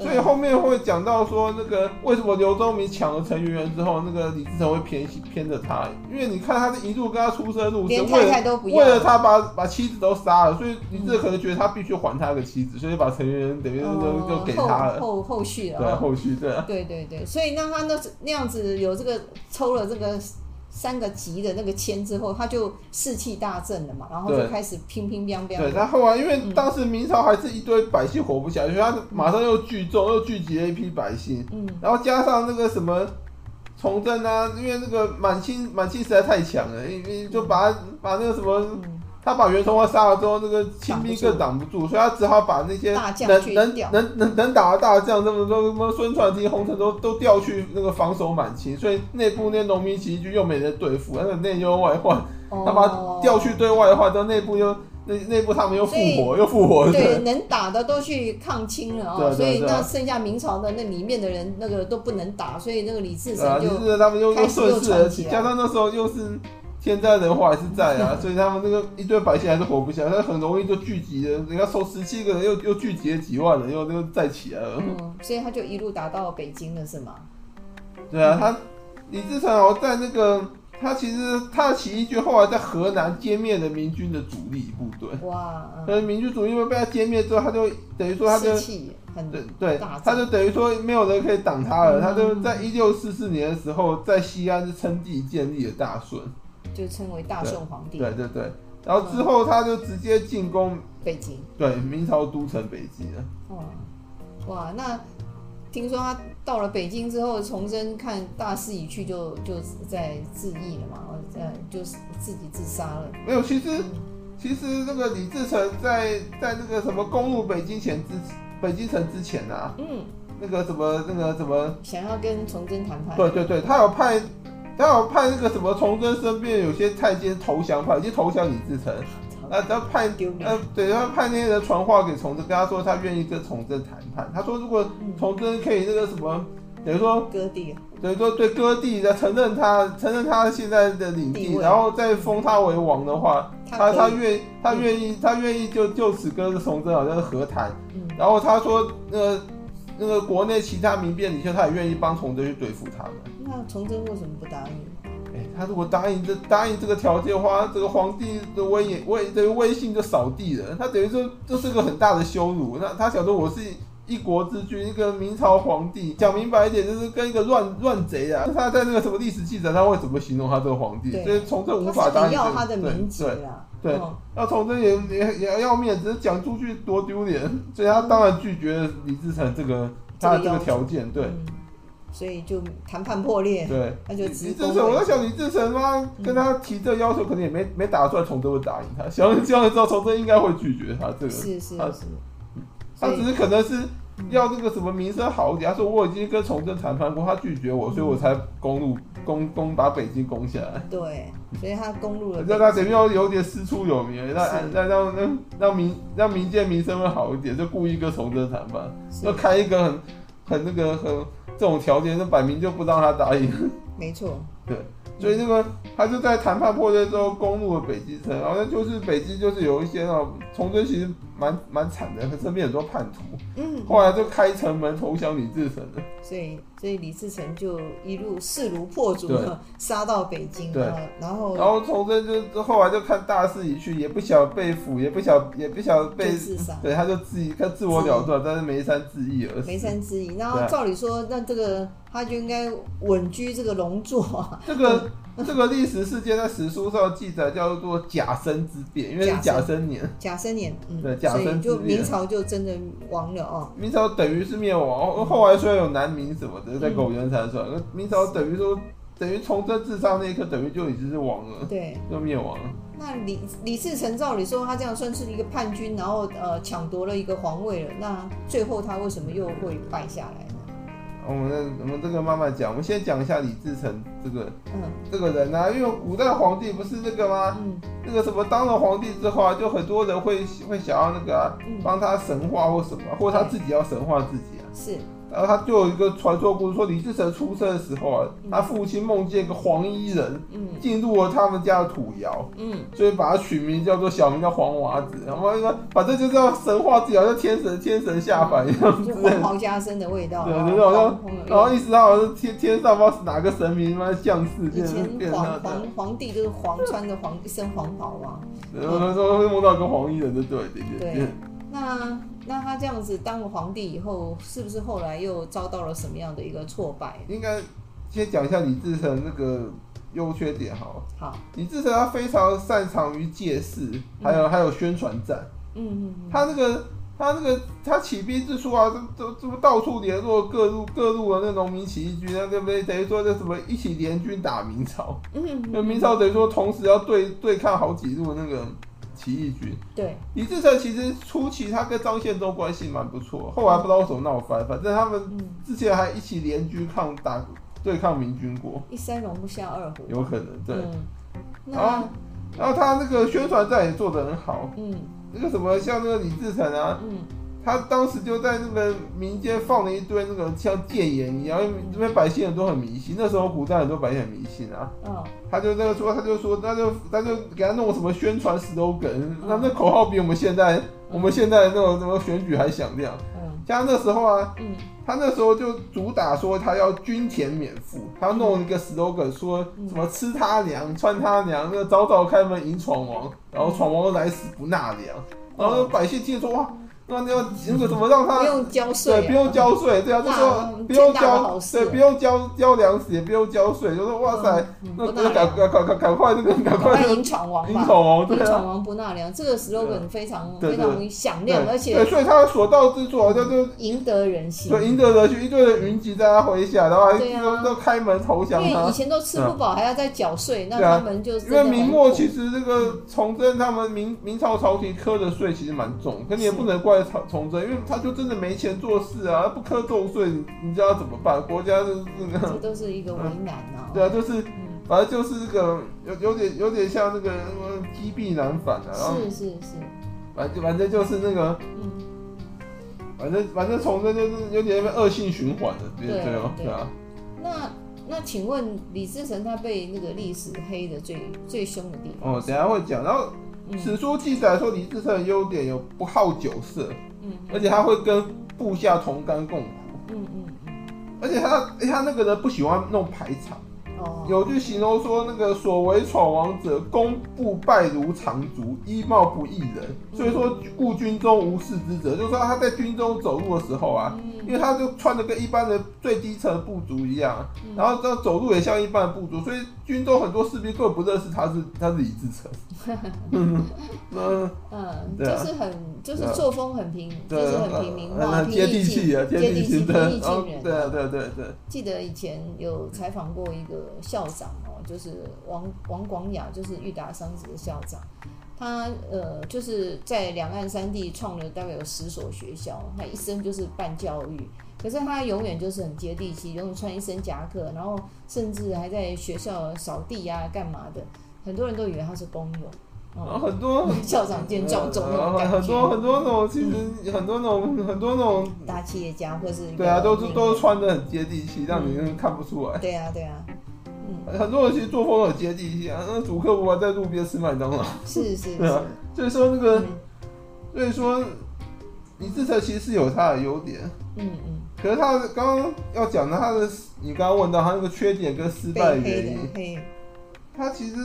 [SPEAKER 1] 所以后面会讲到说那个为什么刘宗明抢了陈圆圆之后，那个李自成会偏心偏着他，因为你看他是一路跟他出生入死，
[SPEAKER 2] 连
[SPEAKER 1] 为
[SPEAKER 2] 太
[SPEAKER 1] 了
[SPEAKER 2] 太都不要，
[SPEAKER 1] 为了他把把妻子都杀了，所以李自成可能觉得他必须还他个妻子，所以把陈圆圆等于就
[SPEAKER 2] 哦
[SPEAKER 1] 就给他了。
[SPEAKER 2] 后后后续了
[SPEAKER 1] 对，
[SPEAKER 2] 哦。
[SPEAKER 1] 后续对 啊，
[SPEAKER 2] 对对对，所以让他那那样子有这个抽了这个三个级的那个签之后，他就士气大振了嘛，然后就
[SPEAKER 1] 对
[SPEAKER 2] 开始乒乒乓
[SPEAKER 1] 对，
[SPEAKER 2] 乓。
[SPEAKER 1] 他后来因为
[SPEAKER 2] 嗯
[SPEAKER 1] 当时明朝还是一堆百姓活不下去，他马上又聚众，又聚集了一批百姓，
[SPEAKER 2] 嗯，
[SPEAKER 1] 然后加上那个什么崇祯啊，因为那个满清满清实在太强了，因为就把他把那个什么，
[SPEAKER 2] 嗯
[SPEAKER 1] 他把袁崇焕杀了之后，那个清兵更挡不住，所以他只好把那些
[SPEAKER 2] 大将
[SPEAKER 1] 能
[SPEAKER 2] 去
[SPEAKER 1] 能
[SPEAKER 2] 调
[SPEAKER 1] 能能能打的大将，这么多什么孙传庭、洪承畴都调去那个防守满清，所以内部那些农民起义军又没人对付，那个内忧外患，
[SPEAKER 2] 哦
[SPEAKER 1] 他把他调去对外的话，到内部又内内部他们又复活又复活，
[SPEAKER 2] 对，能打的都去抗清了哦，
[SPEAKER 1] 对对
[SPEAKER 2] 所以
[SPEAKER 1] 对
[SPEAKER 2] 那剩下明朝的那里面的人，那个都不能打，所以那个李自
[SPEAKER 1] 对啊，
[SPEAKER 2] 成
[SPEAKER 1] 就
[SPEAKER 2] 就是
[SPEAKER 1] 他们又
[SPEAKER 2] 开
[SPEAKER 1] 又
[SPEAKER 2] 始
[SPEAKER 1] 顺
[SPEAKER 2] 又
[SPEAKER 1] 势
[SPEAKER 2] 传
[SPEAKER 1] 而
[SPEAKER 2] 起
[SPEAKER 1] 起，
[SPEAKER 2] 来
[SPEAKER 1] 加上那时候又是天灾人祸还是在啊，所以他们那个一堆百姓还是活不下来，他很容易就聚集了，人家收十七个人又又聚集了几万人，又又再起来了。
[SPEAKER 2] 嗯，所以他就一路打到北京了，是吗？
[SPEAKER 1] 对
[SPEAKER 2] 嗯
[SPEAKER 1] 啊，他李自成哦，在那个他其实他的起义军后来在河南歼灭了明军的主力部队，
[SPEAKER 2] 哇，嗯
[SPEAKER 1] 所以明军主力部队被他歼灭之后，他就等于说他就
[SPEAKER 2] 士气很
[SPEAKER 1] 对对
[SPEAKER 2] 大，
[SPEAKER 1] 他就等于说没有人可以挡他了。
[SPEAKER 2] 嗯
[SPEAKER 1] 他就在一六四四年的时候，在西安称帝建立了大顺。
[SPEAKER 2] 就称为大顺皇帝
[SPEAKER 1] 对对对，然后之后他就直接进攻
[SPEAKER 2] 北京。
[SPEAKER 1] 对明朝都城北京了。
[SPEAKER 2] 哇哦哇，那听说他到了北京之后，崇祯看大势已去就，就在自缢了嘛，呃，就是自己自杀了。
[SPEAKER 1] 没有，其实
[SPEAKER 2] 嗯
[SPEAKER 1] 其实那个李自成在在那个什么攻入北京前之北京城之前啊，
[SPEAKER 2] 嗯，
[SPEAKER 1] 那个什么那个什么，
[SPEAKER 2] 想要跟崇祯谈判。
[SPEAKER 1] 对对对，他有派。他有派那个什么崇祯身边有些太监投降派，就投降李自成，那他派
[SPEAKER 2] 丢脸
[SPEAKER 1] 呃，对，他派那些人传话给崇祯，跟他说他愿意跟崇祯谈判。他说如果
[SPEAKER 2] 嗯
[SPEAKER 1] 崇祯可以那个什么等于说
[SPEAKER 2] 割地
[SPEAKER 1] 等于说对割地的承认他承认他现在的领
[SPEAKER 2] 地
[SPEAKER 1] 地，
[SPEAKER 2] 位
[SPEAKER 1] 然后再封他为王的话，他
[SPEAKER 2] 他
[SPEAKER 1] 他
[SPEAKER 2] 可以
[SPEAKER 1] 愿他愿意他愿意就就此跟崇祯好像是和谈，
[SPEAKER 2] 嗯
[SPEAKER 1] 然后他说那个那个国内其他民变领袖他也愿意帮崇祯去对付他们。
[SPEAKER 2] 那崇祯为什么不答应？
[SPEAKER 1] 哎，他如果答应这答应这个条件的话，这个皇帝的威严威这个威信就扫地了。他等于说这是个很大的羞辱。那他想说我是一国之君，一个明朝皇帝，讲明白一点就是跟一个乱乱贼啊。他在那个什么历史记载，他会怎么形容他这个皇帝？
[SPEAKER 2] 对
[SPEAKER 1] 所以崇祯无
[SPEAKER 2] 他
[SPEAKER 1] 法
[SPEAKER 2] 是
[SPEAKER 1] 答
[SPEAKER 2] 得
[SPEAKER 1] 应这
[SPEAKER 2] 要
[SPEAKER 1] 个。
[SPEAKER 2] 他的
[SPEAKER 1] 对
[SPEAKER 2] 名籍
[SPEAKER 1] 对
[SPEAKER 2] 啦，
[SPEAKER 1] 对
[SPEAKER 2] 嗯
[SPEAKER 1] 那崇祯也也也要面子，讲出去多丢脸，所以他当然拒绝了李自成这个他的这
[SPEAKER 2] 这个
[SPEAKER 1] 个
[SPEAKER 2] 要
[SPEAKER 1] 条
[SPEAKER 2] 求
[SPEAKER 1] 件。对
[SPEAKER 2] 嗯所以就谈判破裂，
[SPEAKER 1] 对。
[SPEAKER 2] 那就
[SPEAKER 1] 李
[SPEAKER 2] 直
[SPEAKER 1] 志
[SPEAKER 2] 攻
[SPEAKER 1] 成，
[SPEAKER 2] 为
[SPEAKER 1] 我在
[SPEAKER 2] 主
[SPEAKER 1] 想李志成他跟他
[SPEAKER 2] 嗯
[SPEAKER 1] 提这要求，可能也没没打算崇祯会答应他。想想了之后，崇祯应该会拒绝他这个，
[SPEAKER 2] 是嗯是
[SPEAKER 1] 他
[SPEAKER 2] 是，
[SPEAKER 1] 他
[SPEAKER 2] 所
[SPEAKER 1] 只
[SPEAKER 2] 以
[SPEAKER 1] 是可能是要这个什么名声好一点。他说我已经跟崇祯谈判过，他拒绝我，所以我
[SPEAKER 2] 嗯
[SPEAKER 1] 才攻入攻攻把北京攻下来。
[SPEAKER 2] 对，所以他攻入了
[SPEAKER 1] 让他等于要有点师出有名，让
[SPEAKER 2] 是
[SPEAKER 1] 让让让让民让民间民声会好一点，就故意跟崇祯谈判，
[SPEAKER 2] 是
[SPEAKER 1] 就开一个很很那个很这种条件，就摆明就不让他答应。
[SPEAKER 2] 没错，
[SPEAKER 1] 所以那个他就在谈判破裂之后攻入了北极城，然后那就是北极就是有一些那种崇祯其实蛮蛮惨的，他身边很多叛徒，
[SPEAKER 2] 嗯，
[SPEAKER 1] 后来就开城门投降李自成了。
[SPEAKER 2] 所以所以李自成就一路势如破竹
[SPEAKER 1] 对
[SPEAKER 2] 杀到北京
[SPEAKER 1] 对
[SPEAKER 2] 了，然后
[SPEAKER 1] 然后崇祯就就后来就看大势已去，也不想被俘，也不想也不想
[SPEAKER 2] 就
[SPEAKER 1] 被，
[SPEAKER 2] 自杀，
[SPEAKER 1] 对，他就自己他自我了断，但是眉山自缢而
[SPEAKER 2] 眉
[SPEAKER 1] 死。
[SPEAKER 2] 山之役。然
[SPEAKER 1] 对
[SPEAKER 2] 后
[SPEAKER 1] 啊
[SPEAKER 2] 照理说，那这个他就应该稳居这个龙座 啊，
[SPEAKER 1] 这个这个历史事件在史书上记载叫做甲申之变，因为是甲
[SPEAKER 2] 甲
[SPEAKER 1] 申年。
[SPEAKER 2] 甲申年，嗯，
[SPEAKER 1] 对甲申
[SPEAKER 2] 所以就
[SPEAKER 1] 之变
[SPEAKER 2] 明朝就真的亡 了哦，
[SPEAKER 1] 明朝等于是灭亡，后来虽然有南明什么的在苟延残喘，那明朝等于说等于崇祯自杀那一刻，等于就已经是亡了，
[SPEAKER 2] 对。
[SPEAKER 1] 就灭亡了。
[SPEAKER 2] 那李李自成照理说，他这样算是一个叛军，然后呃抢夺了一个皇位了。那最后他为什么又会败下来呢？
[SPEAKER 1] 我们这我们这个慢慢讲，我们先讲一下李自成这个
[SPEAKER 2] 嗯
[SPEAKER 1] 这个人啊，因为古代皇帝不是那个吗？
[SPEAKER 2] 嗯，
[SPEAKER 1] 那个什么当了皇帝之后啊，就很多人会会想要那个啊
[SPEAKER 2] 嗯
[SPEAKER 1] 帮他神化或什么，或者他自己要神化自己啊。
[SPEAKER 2] 是
[SPEAKER 1] 然后他就有一个传说故事，说李自成出生的时候啊，他父亲梦见一个黄衣人
[SPEAKER 2] 嗯
[SPEAKER 1] 进入了他们家的土窑。
[SPEAKER 2] 嗯
[SPEAKER 1] 所以把它取名叫做小名叫黄娃子，然后说反正就是要神话自己，好像天神天神下凡一样之
[SPEAKER 2] 就
[SPEAKER 1] 类
[SPEAKER 2] 黄
[SPEAKER 1] 的。
[SPEAKER 2] 袍加身的味道。
[SPEAKER 1] 对
[SPEAKER 2] 啊
[SPEAKER 1] 对对好像
[SPEAKER 2] 黄
[SPEAKER 1] 然后意思他好像是天天上不知道是哪个神明嘛降世
[SPEAKER 2] 以
[SPEAKER 1] 变成
[SPEAKER 2] 前
[SPEAKER 1] 变
[SPEAKER 2] 皇
[SPEAKER 1] 成他的，
[SPEAKER 2] 皇皇帝就是黄穿的黄一身黄袍啊。
[SPEAKER 1] 然后他说会梦到一个黄衣人就对对
[SPEAKER 2] 对
[SPEAKER 1] 对，
[SPEAKER 2] 那那他这样子当了皇帝以后，是不是后来又遭到了什么样的一个挫败？
[SPEAKER 1] 应该先讲一下李自成那个优缺点好了。
[SPEAKER 2] 好，
[SPEAKER 1] 李自成他非常擅长于借势，还有还有宣传战。
[SPEAKER 2] 嗯嗯
[SPEAKER 1] 他那个他那个他起兵之初啊，都都到处联络各路各路的那农民起义军啊，对不对？等于说那什么一起联军打明朝，
[SPEAKER 2] 嗯嗯
[SPEAKER 1] 那
[SPEAKER 2] 嗯，
[SPEAKER 1] 明朝等于说同时要对对抗好几路那个起义军。
[SPEAKER 2] 对，
[SPEAKER 1] 李自成其实初期他跟张献忠关系蛮不错，后来不知道为什么闹翻，反正他们
[SPEAKER 2] 嗯，
[SPEAKER 1] 之前还一起联军抗打对抗明军过，
[SPEAKER 2] 一山容不下二虎。
[SPEAKER 1] 有可能对。啊
[SPEAKER 2] 嗯，
[SPEAKER 1] 然后
[SPEAKER 2] 那
[SPEAKER 1] 然后他那个宣传战也做得很好，
[SPEAKER 2] 嗯
[SPEAKER 1] 那个什么像那个李自成啊，
[SPEAKER 2] 嗯
[SPEAKER 1] 他当时就在那个民间放了一堆那个像谏言一样，因为这边百姓人都很迷信，那时候古代很多百姓很迷信啊。
[SPEAKER 2] 嗯，
[SPEAKER 1] 他就那个说，他就说，那就他就给他弄什么宣传 slogan，他那口号比我们现在我们现在那种什么选举还响亮。
[SPEAKER 2] 嗯
[SPEAKER 1] 加上那时候啊，
[SPEAKER 2] 嗯，
[SPEAKER 1] 他那时候就主打说他要均田免赋，他弄一
[SPEAKER 2] 嗯
[SPEAKER 1] 个 slogan 说什么吃他粮、穿他粮，那个早早开门迎闯王，然后闯王都来死不纳粮，然
[SPEAKER 2] 嗯
[SPEAKER 1] 后百姓听说哇，那那要那个什么让他
[SPEAKER 2] 不用交
[SPEAKER 1] 啊对，
[SPEAKER 2] 税，
[SPEAKER 1] 不用，交税，对啊，就
[SPEAKER 2] 那
[SPEAKER 1] 说
[SPEAKER 2] 嗯
[SPEAKER 1] 不用
[SPEAKER 2] 天大的
[SPEAKER 1] 交
[SPEAKER 2] 好，事
[SPEAKER 1] 对，不用交交粮食，也不用交税，就说哇塞，
[SPEAKER 2] 嗯，
[SPEAKER 1] 那
[SPEAKER 2] 不
[SPEAKER 1] 那
[SPEAKER 2] 纳
[SPEAKER 1] 赶
[SPEAKER 2] 粮，
[SPEAKER 1] 赶赶赶赶快那个赶快
[SPEAKER 2] 快
[SPEAKER 1] 那个
[SPEAKER 2] 迎 闯王
[SPEAKER 1] 银
[SPEAKER 2] 吧，
[SPEAKER 1] 丑王，对
[SPEAKER 2] 迎
[SPEAKER 1] 啊，
[SPEAKER 2] 闯王不纳粮，这个 slogan 非常
[SPEAKER 1] 对
[SPEAKER 2] 非
[SPEAKER 1] 对
[SPEAKER 2] 常响
[SPEAKER 1] 对
[SPEAKER 2] 亮，而
[SPEAKER 1] 对，
[SPEAKER 2] 且
[SPEAKER 1] 所以他所到之处好像就
[SPEAKER 2] 赢得人心。
[SPEAKER 1] 对赢得人去一堆人云集在他麾下，然后还
[SPEAKER 2] 对啊
[SPEAKER 1] 都都开门投
[SPEAKER 2] 因
[SPEAKER 1] 降
[SPEAKER 2] 为以
[SPEAKER 1] 他。嗯
[SPEAKER 2] 前都吃不饱，还要再缴税，那
[SPEAKER 1] 对啊
[SPEAKER 2] 他们就真
[SPEAKER 1] 因
[SPEAKER 2] 的
[SPEAKER 1] 为
[SPEAKER 2] 很
[SPEAKER 1] 明末
[SPEAKER 2] 苦
[SPEAKER 1] 其实这个崇祯他们明明朝朝廷苛的税其实蛮重，可你也
[SPEAKER 2] 是
[SPEAKER 1] 不能怪朝崇祯，因为他就真的没钱做事啊，不苛重税，你你知道怎么办？国家就是那个。
[SPEAKER 2] 这都是一个为难啊。
[SPEAKER 1] 对啊，就是
[SPEAKER 2] 嗯，
[SPEAKER 1] 反正就是这个有有点有点像那个呃击毙难返啊，然后
[SPEAKER 2] 是是是，
[SPEAKER 1] 反正反正就是那个
[SPEAKER 2] 嗯
[SPEAKER 1] 反正反正从这就是有点恶性循环的，对
[SPEAKER 2] 对
[SPEAKER 1] 对哦，
[SPEAKER 2] 对
[SPEAKER 1] 对啊。
[SPEAKER 2] 那那请问李自成他被那个历史黑的最最凶的地方？
[SPEAKER 1] 哦，等一下会讲。然后
[SPEAKER 2] 嗯
[SPEAKER 1] 史书记载说，李自成的优点有不好酒色，
[SPEAKER 2] 嗯
[SPEAKER 1] 而且他会跟部下同甘共苦，
[SPEAKER 2] 嗯嗯
[SPEAKER 1] 而且他诶他那个人不喜欢弄排场。
[SPEAKER 2] 嗯，哦，
[SPEAKER 1] 有句形容说，那个所谓闯王者，功不败如长足，衣貌不异人。所以说，故军中无士之者，就是说他在军中走路的时候啊，因
[SPEAKER 2] 嗯
[SPEAKER 1] 为他就穿的跟一般的最基层的部族一样，然后这样走路也像一般的部族，所以军中很多士兵根本不认识他是他是李自 成。嗯，
[SPEAKER 2] 嗯，就
[SPEAKER 1] 对啊
[SPEAKER 2] 是很就是
[SPEAKER 1] 对啊
[SPEAKER 2] 作风很平，就
[SPEAKER 1] 对，
[SPEAKER 2] 是很平民
[SPEAKER 1] 呃
[SPEAKER 2] 化，
[SPEAKER 1] 呃
[SPEAKER 2] 平
[SPEAKER 1] 接
[SPEAKER 2] 易
[SPEAKER 1] 地
[SPEAKER 2] 近
[SPEAKER 1] 气啊，接
[SPEAKER 2] 接
[SPEAKER 1] 地
[SPEAKER 2] 地
[SPEAKER 1] 气
[SPEAKER 2] 气，
[SPEAKER 1] 的
[SPEAKER 2] 平易，
[SPEAKER 1] 然后
[SPEAKER 2] 近人。
[SPEAKER 1] 对啊，对啊对啊对啊，
[SPEAKER 2] 记得以前有采访过一个校长哦，就是王王广雅，就是裕达商职的校长。他呃，就是在两岸三地创了大概有十所学校，他一生就是办教育。可是他永远就是很接地气，永远穿一身夹克，然后甚至还在学校扫地呀、干嘛的。很多人都以为他是工友，
[SPEAKER 1] 然
[SPEAKER 2] 哦
[SPEAKER 1] 后、很多
[SPEAKER 2] 校长兼教授那种
[SPEAKER 1] 呃
[SPEAKER 2] 感 觉
[SPEAKER 1] 很多很多那种，其实很多那种很多那种，
[SPEAKER 2] 大企业家或是
[SPEAKER 1] 对啊，都是
[SPEAKER 2] 是
[SPEAKER 1] 都是穿的很接地气，让你看不出来。
[SPEAKER 2] 对啊对啊，嗯，
[SPEAKER 1] 很多人其实作风很接地气啊，那主客不还在路边吃麦当劳，
[SPEAKER 2] 是是
[SPEAKER 1] 对啊
[SPEAKER 2] 是，，
[SPEAKER 1] 所以说那个，
[SPEAKER 2] 嗯
[SPEAKER 1] 所以说李自成其实是有他的优点，
[SPEAKER 2] 嗯嗯，
[SPEAKER 1] 可是他刚刚要讲的他的，你刚刚问到他那个缺点跟失败的原
[SPEAKER 2] 被黑
[SPEAKER 1] 因
[SPEAKER 2] 的，黑。
[SPEAKER 1] 他其实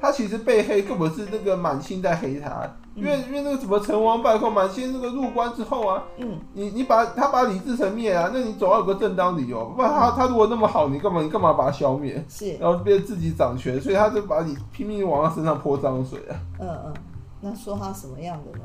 [SPEAKER 1] 他其实被黑根本是那个满清在黑他，
[SPEAKER 2] 嗯
[SPEAKER 1] 因为因为那个什么成王败寇，满清那个入关之后啊，
[SPEAKER 2] 嗯，
[SPEAKER 1] 你你把他把李自成灭啊，那你总要有个正当理由，不然他他如果那么好，你干嘛你干嘛把他消灭？
[SPEAKER 2] 嗯是，
[SPEAKER 1] 然后变自己掌权，所以他就把你拼命往他身上泼脏水啊！
[SPEAKER 2] 嗯嗯，那说他什么样的呢？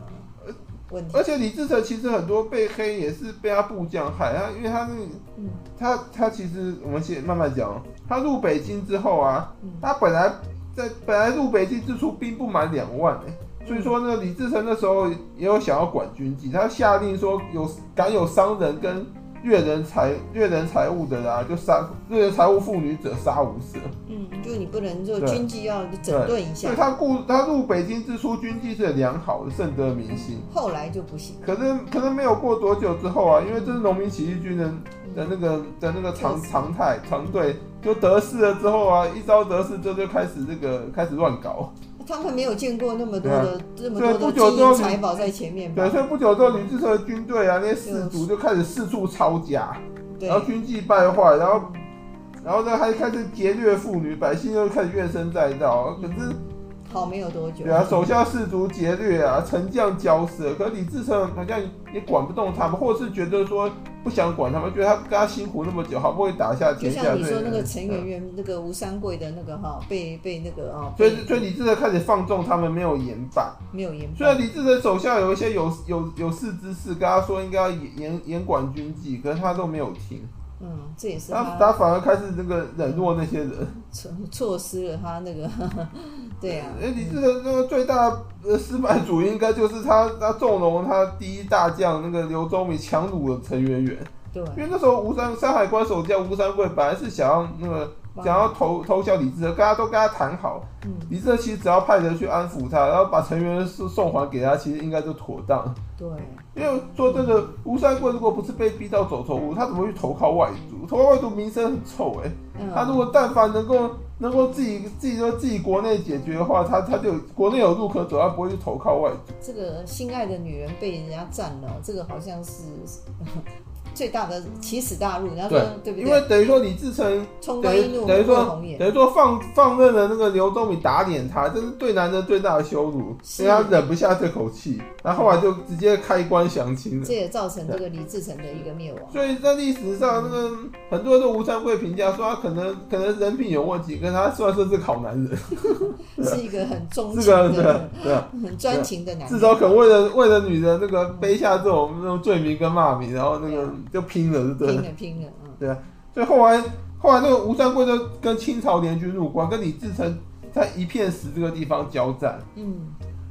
[SPEAKER 2] 问题，
[SPEAKER 1] 而且李自成其实很多被黑也是被他部将害啊，因为他那个
[SPEAKER 2] 嗯
[SPEAKER 1] 他他其实我们先慢慢讲哦，他入北京之后啊，
[SPEAKER 2] 嗯
[SPEAKER 1] 他本来在本来入北京之初兵不满两万、欸，所以说呢，李自成那时候也有想要管军纪，他下令说有敢有商人跟掠人财掠人财物的啊，就杀掠人财物妇女者杀无赦。
[SPEAKER 2] 嗯，就你不能就
[SPEAKER 1] 对
[SPEAKER 2] 军纪要整顿一
[SPEAKER 1] 所
[SPEAKER 2] 下
[SPEAKER 1] 以，他故他入北京之初军纪是很良好的，甚得民心。
[SPEAKER 2] 后来就不行。
[SPEAKER 1] 可是可能没有过多久之后啊，因为这是农民起义军的的那个的那个常常态常队，就得势了之后啊，一招得势之后就开始这个开始乱搞，
[SPEAKER 2] 他们没有见过那么多的这么
[SPEAKER 1] 所以
[SPEAKER 2] 多
[SPEAKER 1] 不
[SPEAKER 2] 的
[SPEAKER 1] 久
[SPEAKER 2] 金
[SPEAKER 1] 之后
[SPEAKER 2] 银财宝在前面
[SPEAKER 1] 对，
[SPEAKER 2] 吧？
[SPEAKER 1] 所以不久之后，吕志成的军队啊，那些士卒就开始四处抄家，
[SPEAKER 2] 对
[SPEAKER 1] 然，后军纪败坏，然后然后呢还开始劫掠妇女，百姓又开始怨声载道，可是。
[SPEAKER 2] 好没有多久
[SPEAKER 1] 对，啊，手下士卒劫掠啊，丞相骄奢，可李自成好像也管不动他们，或是觉得说不想管他们，觉得他跟他辛苦那么久，好不容易打下
[SPEAKER 2] 就
[SPEAKER 1] 天下，嗯
[SPEAKER 2] 像你说
[SPEAKER 1] 对
[SPEAKER 2] 那个陈圆圆那个吴三桂的那个哈，被被那个啊，
[SPEAKER 1] 所以
[SPEAKER 2] 被
[SPEAKER 1] 所以李自成开始放纵他们，没有严办。
[SPEAKER 2] 没有严
[SPEAKER 1] 虽然李自成手下有一些有有有识之士跟他说应该要严严严管军纪，可是他都没有听，
[SPEAKER 2] 嗯，这也是
[SPEAKER 1] 他
[SPEAKER 2] 他
[SPEAKER 1] 他反而开始那个冷落那些人。
[SPEAKER 2] 错错失了他那个， 对啊，
[SPEAKER 1] 哎，李自成那个最大的呃失败主因应该就是他他纵容他第一大将那个刘宗敏强掳了陈圆圆。
[SPEAKER 2] 对，
[SPEAKER 1] 因为那时候吴山山海关守将吴三桂本来是想要那个想要投投降李自成，跟他都跟他谈好，
[SPEAKER 2] 嗯，
[SPEAKER 1] 李自成其实只要派人去安抚他，然后把成员送送还给他，其实应该就妥当。
[SPEAKER 2] 对，
[SPEAKER 1] 因为说真的，吴三桂如果不是被逼到走投无路，他怎么会去投靠外族？投靠外族名声很臭哎、他
[SPEAKER 2] 嗯，
[SPEAKER 1] 如果但凡能够能够自己自己说自己国内解决的话，他他就有国内有路可走，他不会去投靠外族。
[SPEAKER 2] 这个心爱的女人被人家占了，这个好像是最大的奇耻大辱。人家说对不嗯
[SPEAKER 1] 因
[SPEAKER 2] 对？
[SPEAKER 1] 为等于说李自成
[SPEAKER 2] 冲
[SPEAKER 1] 等
[SPEAKER 2] 冠一
[SPEAKER 1] 于
[SPEAKER 2] 怒，
[SPEAKER 1] 等于
[SPEAKER 2] 不
[SPEAKER 1] 说
[SPEAKER 2] 过红颜。
[SPEAKER 1] 等于说放放任了那个刘宗敏打脸他，这是对男人最大的羞辱，
[SPEAKER 2] 是
[SPEAKER 1] 因为他忍不下这口气，然后后来就直接开棺降亲了。
[SPEAKER 2] 这也造成这个李自成的一个灭 亡。
[SPEAKER 1] 所以在历史上，那个很多人都吴三桂评价说他可能可能人品有问题，跟他算是是好男人，
[SPEAKER 2] 是一个很钟
[SPEAKER 1] 这
[SPEAKER 2] 情
[SPEAKER 1] 个
[SPEAKER 2] 的、
[SPEAKER 1] 对啊，
[SPEAKER 2] 很专情的男
[SPEAKER 1] 至
[SPEAKER 2] 人。
[SPEAKER 1] 少肯为了为了女人那个背下这种那种罪名跟骂名，然后那
[SPEAKER 2] 对
[SPEAKER 1] 个
[SPEAKER 2] 啊
[SPEAKER 1] 就拼了，对不对
[SPEAKER 2] 拼？了拼了，嗯，
[SPEAKER 1] 所以后来后来那个吴三桂就跟清朝联军入关，跟李自成在一片石这个地方交战。
[SPEAKER 2] 嗯，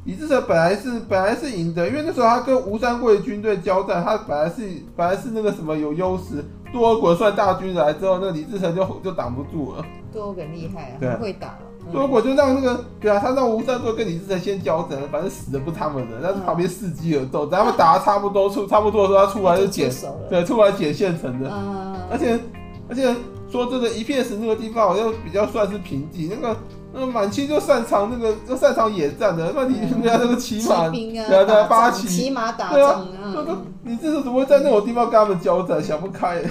[SPEAKER 1] 李自成本来是本来是赢的，因为那时候他跟吴三桂军队交战，他本来是本来是那个什么有优势。多尔衮率大军来之后，那李自成就就挡不住了。
[SPEAKER 2] 多梗厉害啊，
[SPEAKER 1] 对
[SPEAKER 2] 很会打啊。
[SPEAKER 1] 如果就让那个对啊，他让吴三桂跟李自成先交战，反正死的不是他们的，但是旁边伺机而动，等他们打得差不多处差不多的时候，他出来就捡，
[SPEAKER 2] 手了，
[SPEAKER 1] 对，出来捡现成的。
[SPEAKER 2] 啊，
[SPEAKER 1] 而且而且说真的，一片石那个地方好像比较算是平地，那个那个满清就擅长那个就擅长野战的，那你
[SPEAKER 2] 嗯
[SPEAKER 1] 人家那个骑马，对
[SPEAKER 2] 兵啊，
[SPEAKER 1] 对啊对啊
[SPEAKER 2] 打仗
[SPEAKER 1] 八旗
[SPEAKER 2] 骑马打
[SPEAKER 1] 对啊
[SPEAKER 2] 仗
[SPEAKER 1] 那个
[SPEAKER 2] 啊，
[SPEAKER 1] 你这是怎么会在那种地方跟他们交战？想不开。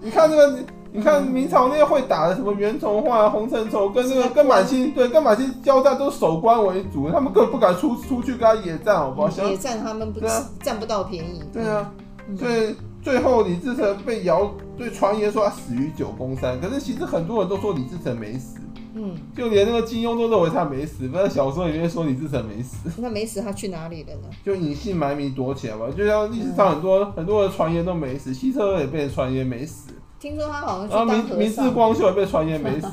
[SPEAKER 1] 你看那个，你你看明朝那些会打的什么袁崇焕啊、洪承畴，跟那个跟满清对跟满清交战都守关为主，他们根本不敢出出去跟他野战，好不好？想
[SPEAKER 2] 野战他们不
[SPEAKER 1] 对啊
[SPEAKER 2] 占不到便宜，
[SPEAKER 1] 对啊，
[SPEAKER 2] 嗯
[SPEAKER 1] 所以最后李自成被谣，对传言说他死于九宫山，可是其实很多人都说李自成没死，
[SPEAKER 2] 嗯，
[SPEAKER 1] 就连那个金庸都认为他没死，反正小说里面说李自成没死，
[SPEAKER 2] 嗯那没死他去哪里了呢？
[SPEAKER 1] 就隐姓埋名躲起来吧。就像历史上很多、很多的传言都没死，希特勒也被传言没死，
[SPEAKER 2] 听说他好像去
[SPEAKER 1] 然后
[SPEAKER 2] 哦当
[SPEAKER 1] 啊明
[SPEAKER 2] 和
[SPEAKER 1] 明治
[SPEAKER 2] 尚，
[SPEAKER 1] 光秀也被传言没 死。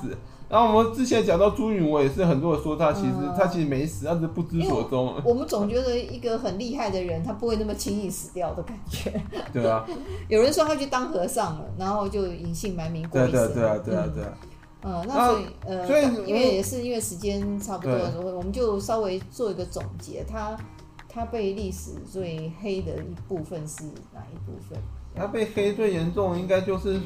[SPEAKER 1] 然后我们之前讲到朱允炆也是很多人说他其实、
[SPEAKER 2] 嗯
[SPEAKER 1] 他其实没死，他只是不知所踪，
[SPEAKER 2] 我们总觉得一个很厉害的人，他不会那么轻易死掉的感觉。
[SPEAKER 1] 对啊，
[SPEAKER 2] 有人说他去当和尚了，然后就隐姓埋名过
[SPEAKER 1] 对
[SPEAKER 2] 一
[SPEAKER 1] 对
[SPEAKER 2] 生。
[SPEAKER 1] 对啊对啊对啊，
[SPEAKER 2] 嗯，
[SPEAKER 1] 那
[SPEAKER 2] 那所以呃，
[SPEAKER 1] 所以
[SPEAKER 2] 因
[SPEAKER 1] 我
[SPEAKER 2] 为也是因为时间差不多
[SPEAKER 1] 对，
[SPEAKER 2] 我我们就稍微做一个总结。他他被历史最黑的一部分是哪一部分？
[SPEAKER 1] 他被黑最严重，应该就是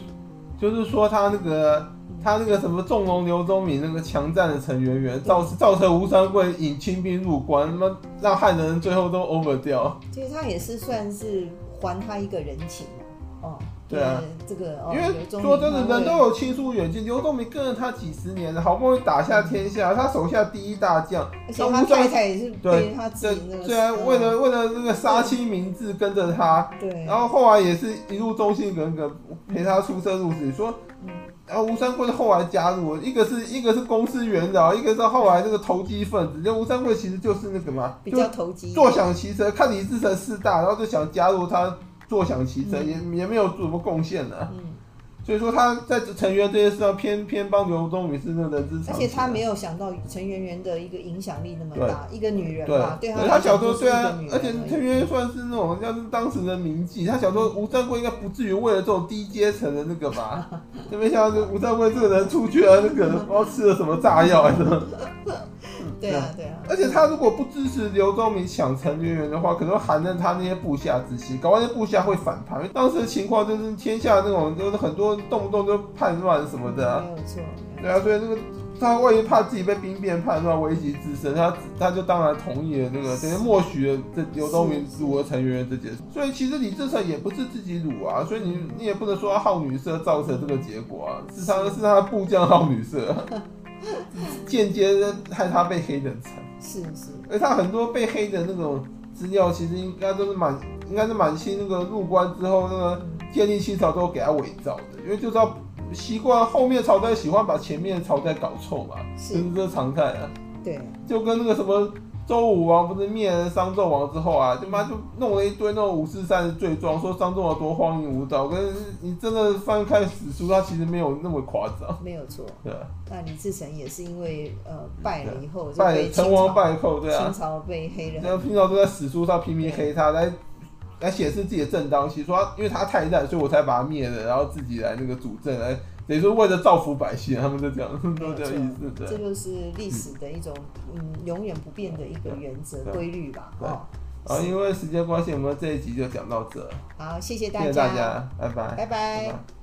[SPEAKER 1] 就是说他那个他那个什么纵容刘宗敏那个强占的陈圆圆，造造成吴三桂引清兵入关，他妈让汉人最后都 over 掉。
[SPEAKER 2] 其实他也是算是还他一个人情嘛。哦，
[SPEAKER 1] 对啊，
[SPEAKER 2] 这个哦，
[SPEAKER 1] 因为
[SPEAKER 2] 刘宗
[SPEAKER 1] 说
[SPEAKER 2] 敏
[SPEAKER 1] 真的，
[SPEAKER 2] 他会
[SPEAKER 1] 人都有亲疏远近，刘宗敏跟了他几十年了，好不容易打下天下，他手下第一大将，
[SPEAKER 2] 而且
[SPEAKER 1] 那
[SPEAKER 2] 他
[SPEAKER 1] 吴
[SPEAKER 2] 太
[SPEAKER 1] 三
[SPEAKER 2] 太也是
[SPEAKER 1] 对
[SPEAKER 2] 被他自
[SPEAKER 1] 这
[SPEAKER 2] 己那个嗯
[SPEAKER 1] 虽然为了为了那个杀亲明志跟着他，
[SPEAKER 2] 对，
[SPEAKER 1] 然后后来也是一路忠心耿耿陪他出生入死。说
[SPEAKER 2] 嗯，
[SPEAKER 1] 然后吴三桂后来加入，一个是一个是公司元老，一个是后来那个投机分子。就吴三桂其实就是那个嘛，
[SPEAKER 2] 比
[SPEAKER 1] 就
[SPEAKER 2] 较投机，
[SPEAKER 1] 坐享其成，看李自成势大，然后就想加入他坐享其成，也也没有做什么贡献呢、
[SPEAKER 2] 嗯，
[SPEAKER 1] 所以说他在成员这件事上偏偏帮刘宗敏是那个人之常情啊。
[SPEAKER 2] 而且他没有想到陈圆圆的一个影响力那么大，一个女人
[SPEAKER 1] 对
[SPEAKER 2] 嘛，，对
[SPEAKER 1] 可是
[SPEAKER 2] 他
[SPEAKER 1] 他小时候
[SPEAKER 2] 说
[SPEAKER 1] 对啊，而
[SPEAKER 2] 而
[SPEAKER 1] 且
[SPEAKER 2] 已
[SPEAKER 1] 陈圆圆算是那种像是当时的名妓，他小时候吴三桂应该不至于为了这种低阶层的那个吧？ 就没想到这吴三桂这个人出去啊，那个不知道吃了什么炸药还是什么。
[SPEAKER 2] 对啊，对啊，
[SPEAKER 1] 而且他如果不支持刘宗明抢陈圆圆的话，可能会寒着他那些部下之心，搞不好那些部下会反弹。因为当时的情况就是天下那种就是很多动不动就叛乱什么的啊、
[SPEAKER 2] 嗯没有错，没
[SPEAKER 1] 对
[SPEAKER 2] 有
[SPEAKER 1] 啊，所以那个他万一怕自己被兵变叛乱危及自身，他他就当然同意了那个，等于默许了这刘东明辱了陈圆圆这件事。所以其实李自成也不是自己辱啊，所以你你也不能说他好女色造成这个结果啊，是他是他的部将好女色啊，间接害他被黑的惨。
[SPEAKER 2] 是是，
[SPEAKER 1] 而他很多被黑的那种资料，其实应该都是满，应该是满清那个入关之后，那个
[SPEAKER 2] 嗯
[SPEAKER 1] 建立清朝之后给他伪造的，因为就知道习惯后面朝代喜欢把前面朝代搞臭嘛，
[SPEAKER 2] 是
[SPEAKER 1] 这是这常态啊，
[SPEAKER 2] 对，
[SPEAKER 1] 就跟那个什么。周武王不是灭了商纣王之后啊，就妈就弄了一堆那种五四三的罪状，说商纣王多荒淫无道。跟你真的翻开史书，他其实没有那么夸张，
[SPEAKER 2] 没有错。
[SPEAKER 1] 对啊，
[SPEAKER 2] 那李自成也是因为呃败了以后就
[SPEAKER 1] 拜
[SPEAKER 2] 被
[SPEAKER 1] 成
[SPEAKER 2] 清
[SPEAKER 1] 王
[SPEAKER 2] 朝
[SPEAKER 1] 败寇，对啊，
[SPEAKER 2] 清朝被黑人
[SPEAKER 1] 然后平常都在史书上拼命黑他，来来显示自己的正当性，说他因为他太烂，所以我才把他灭了，然后自己来那个主政，来等于说为了造福百姓，他们就这样，都这样意思，
[SPEAKER 2] 这
[SPEAKER 1] 对。
[SPEAKER 2] 就是历史的一种嗯永远不变的一个原则
[SPEAKER 1] 对
[SPEAKER 2] 规律吧。
[SPEAKER 1] 对
[SPEAKER 2] 哦，
[SPEAKER 1] 啊，因为时间关系，我们这一集就讲到这，
[SPEAKER 2] 好，谢谢
[SPEAKER 1] 谢谢大家，拜拜
[SPEAKER 2] 拜拜
[SPEAKER 1] 拜。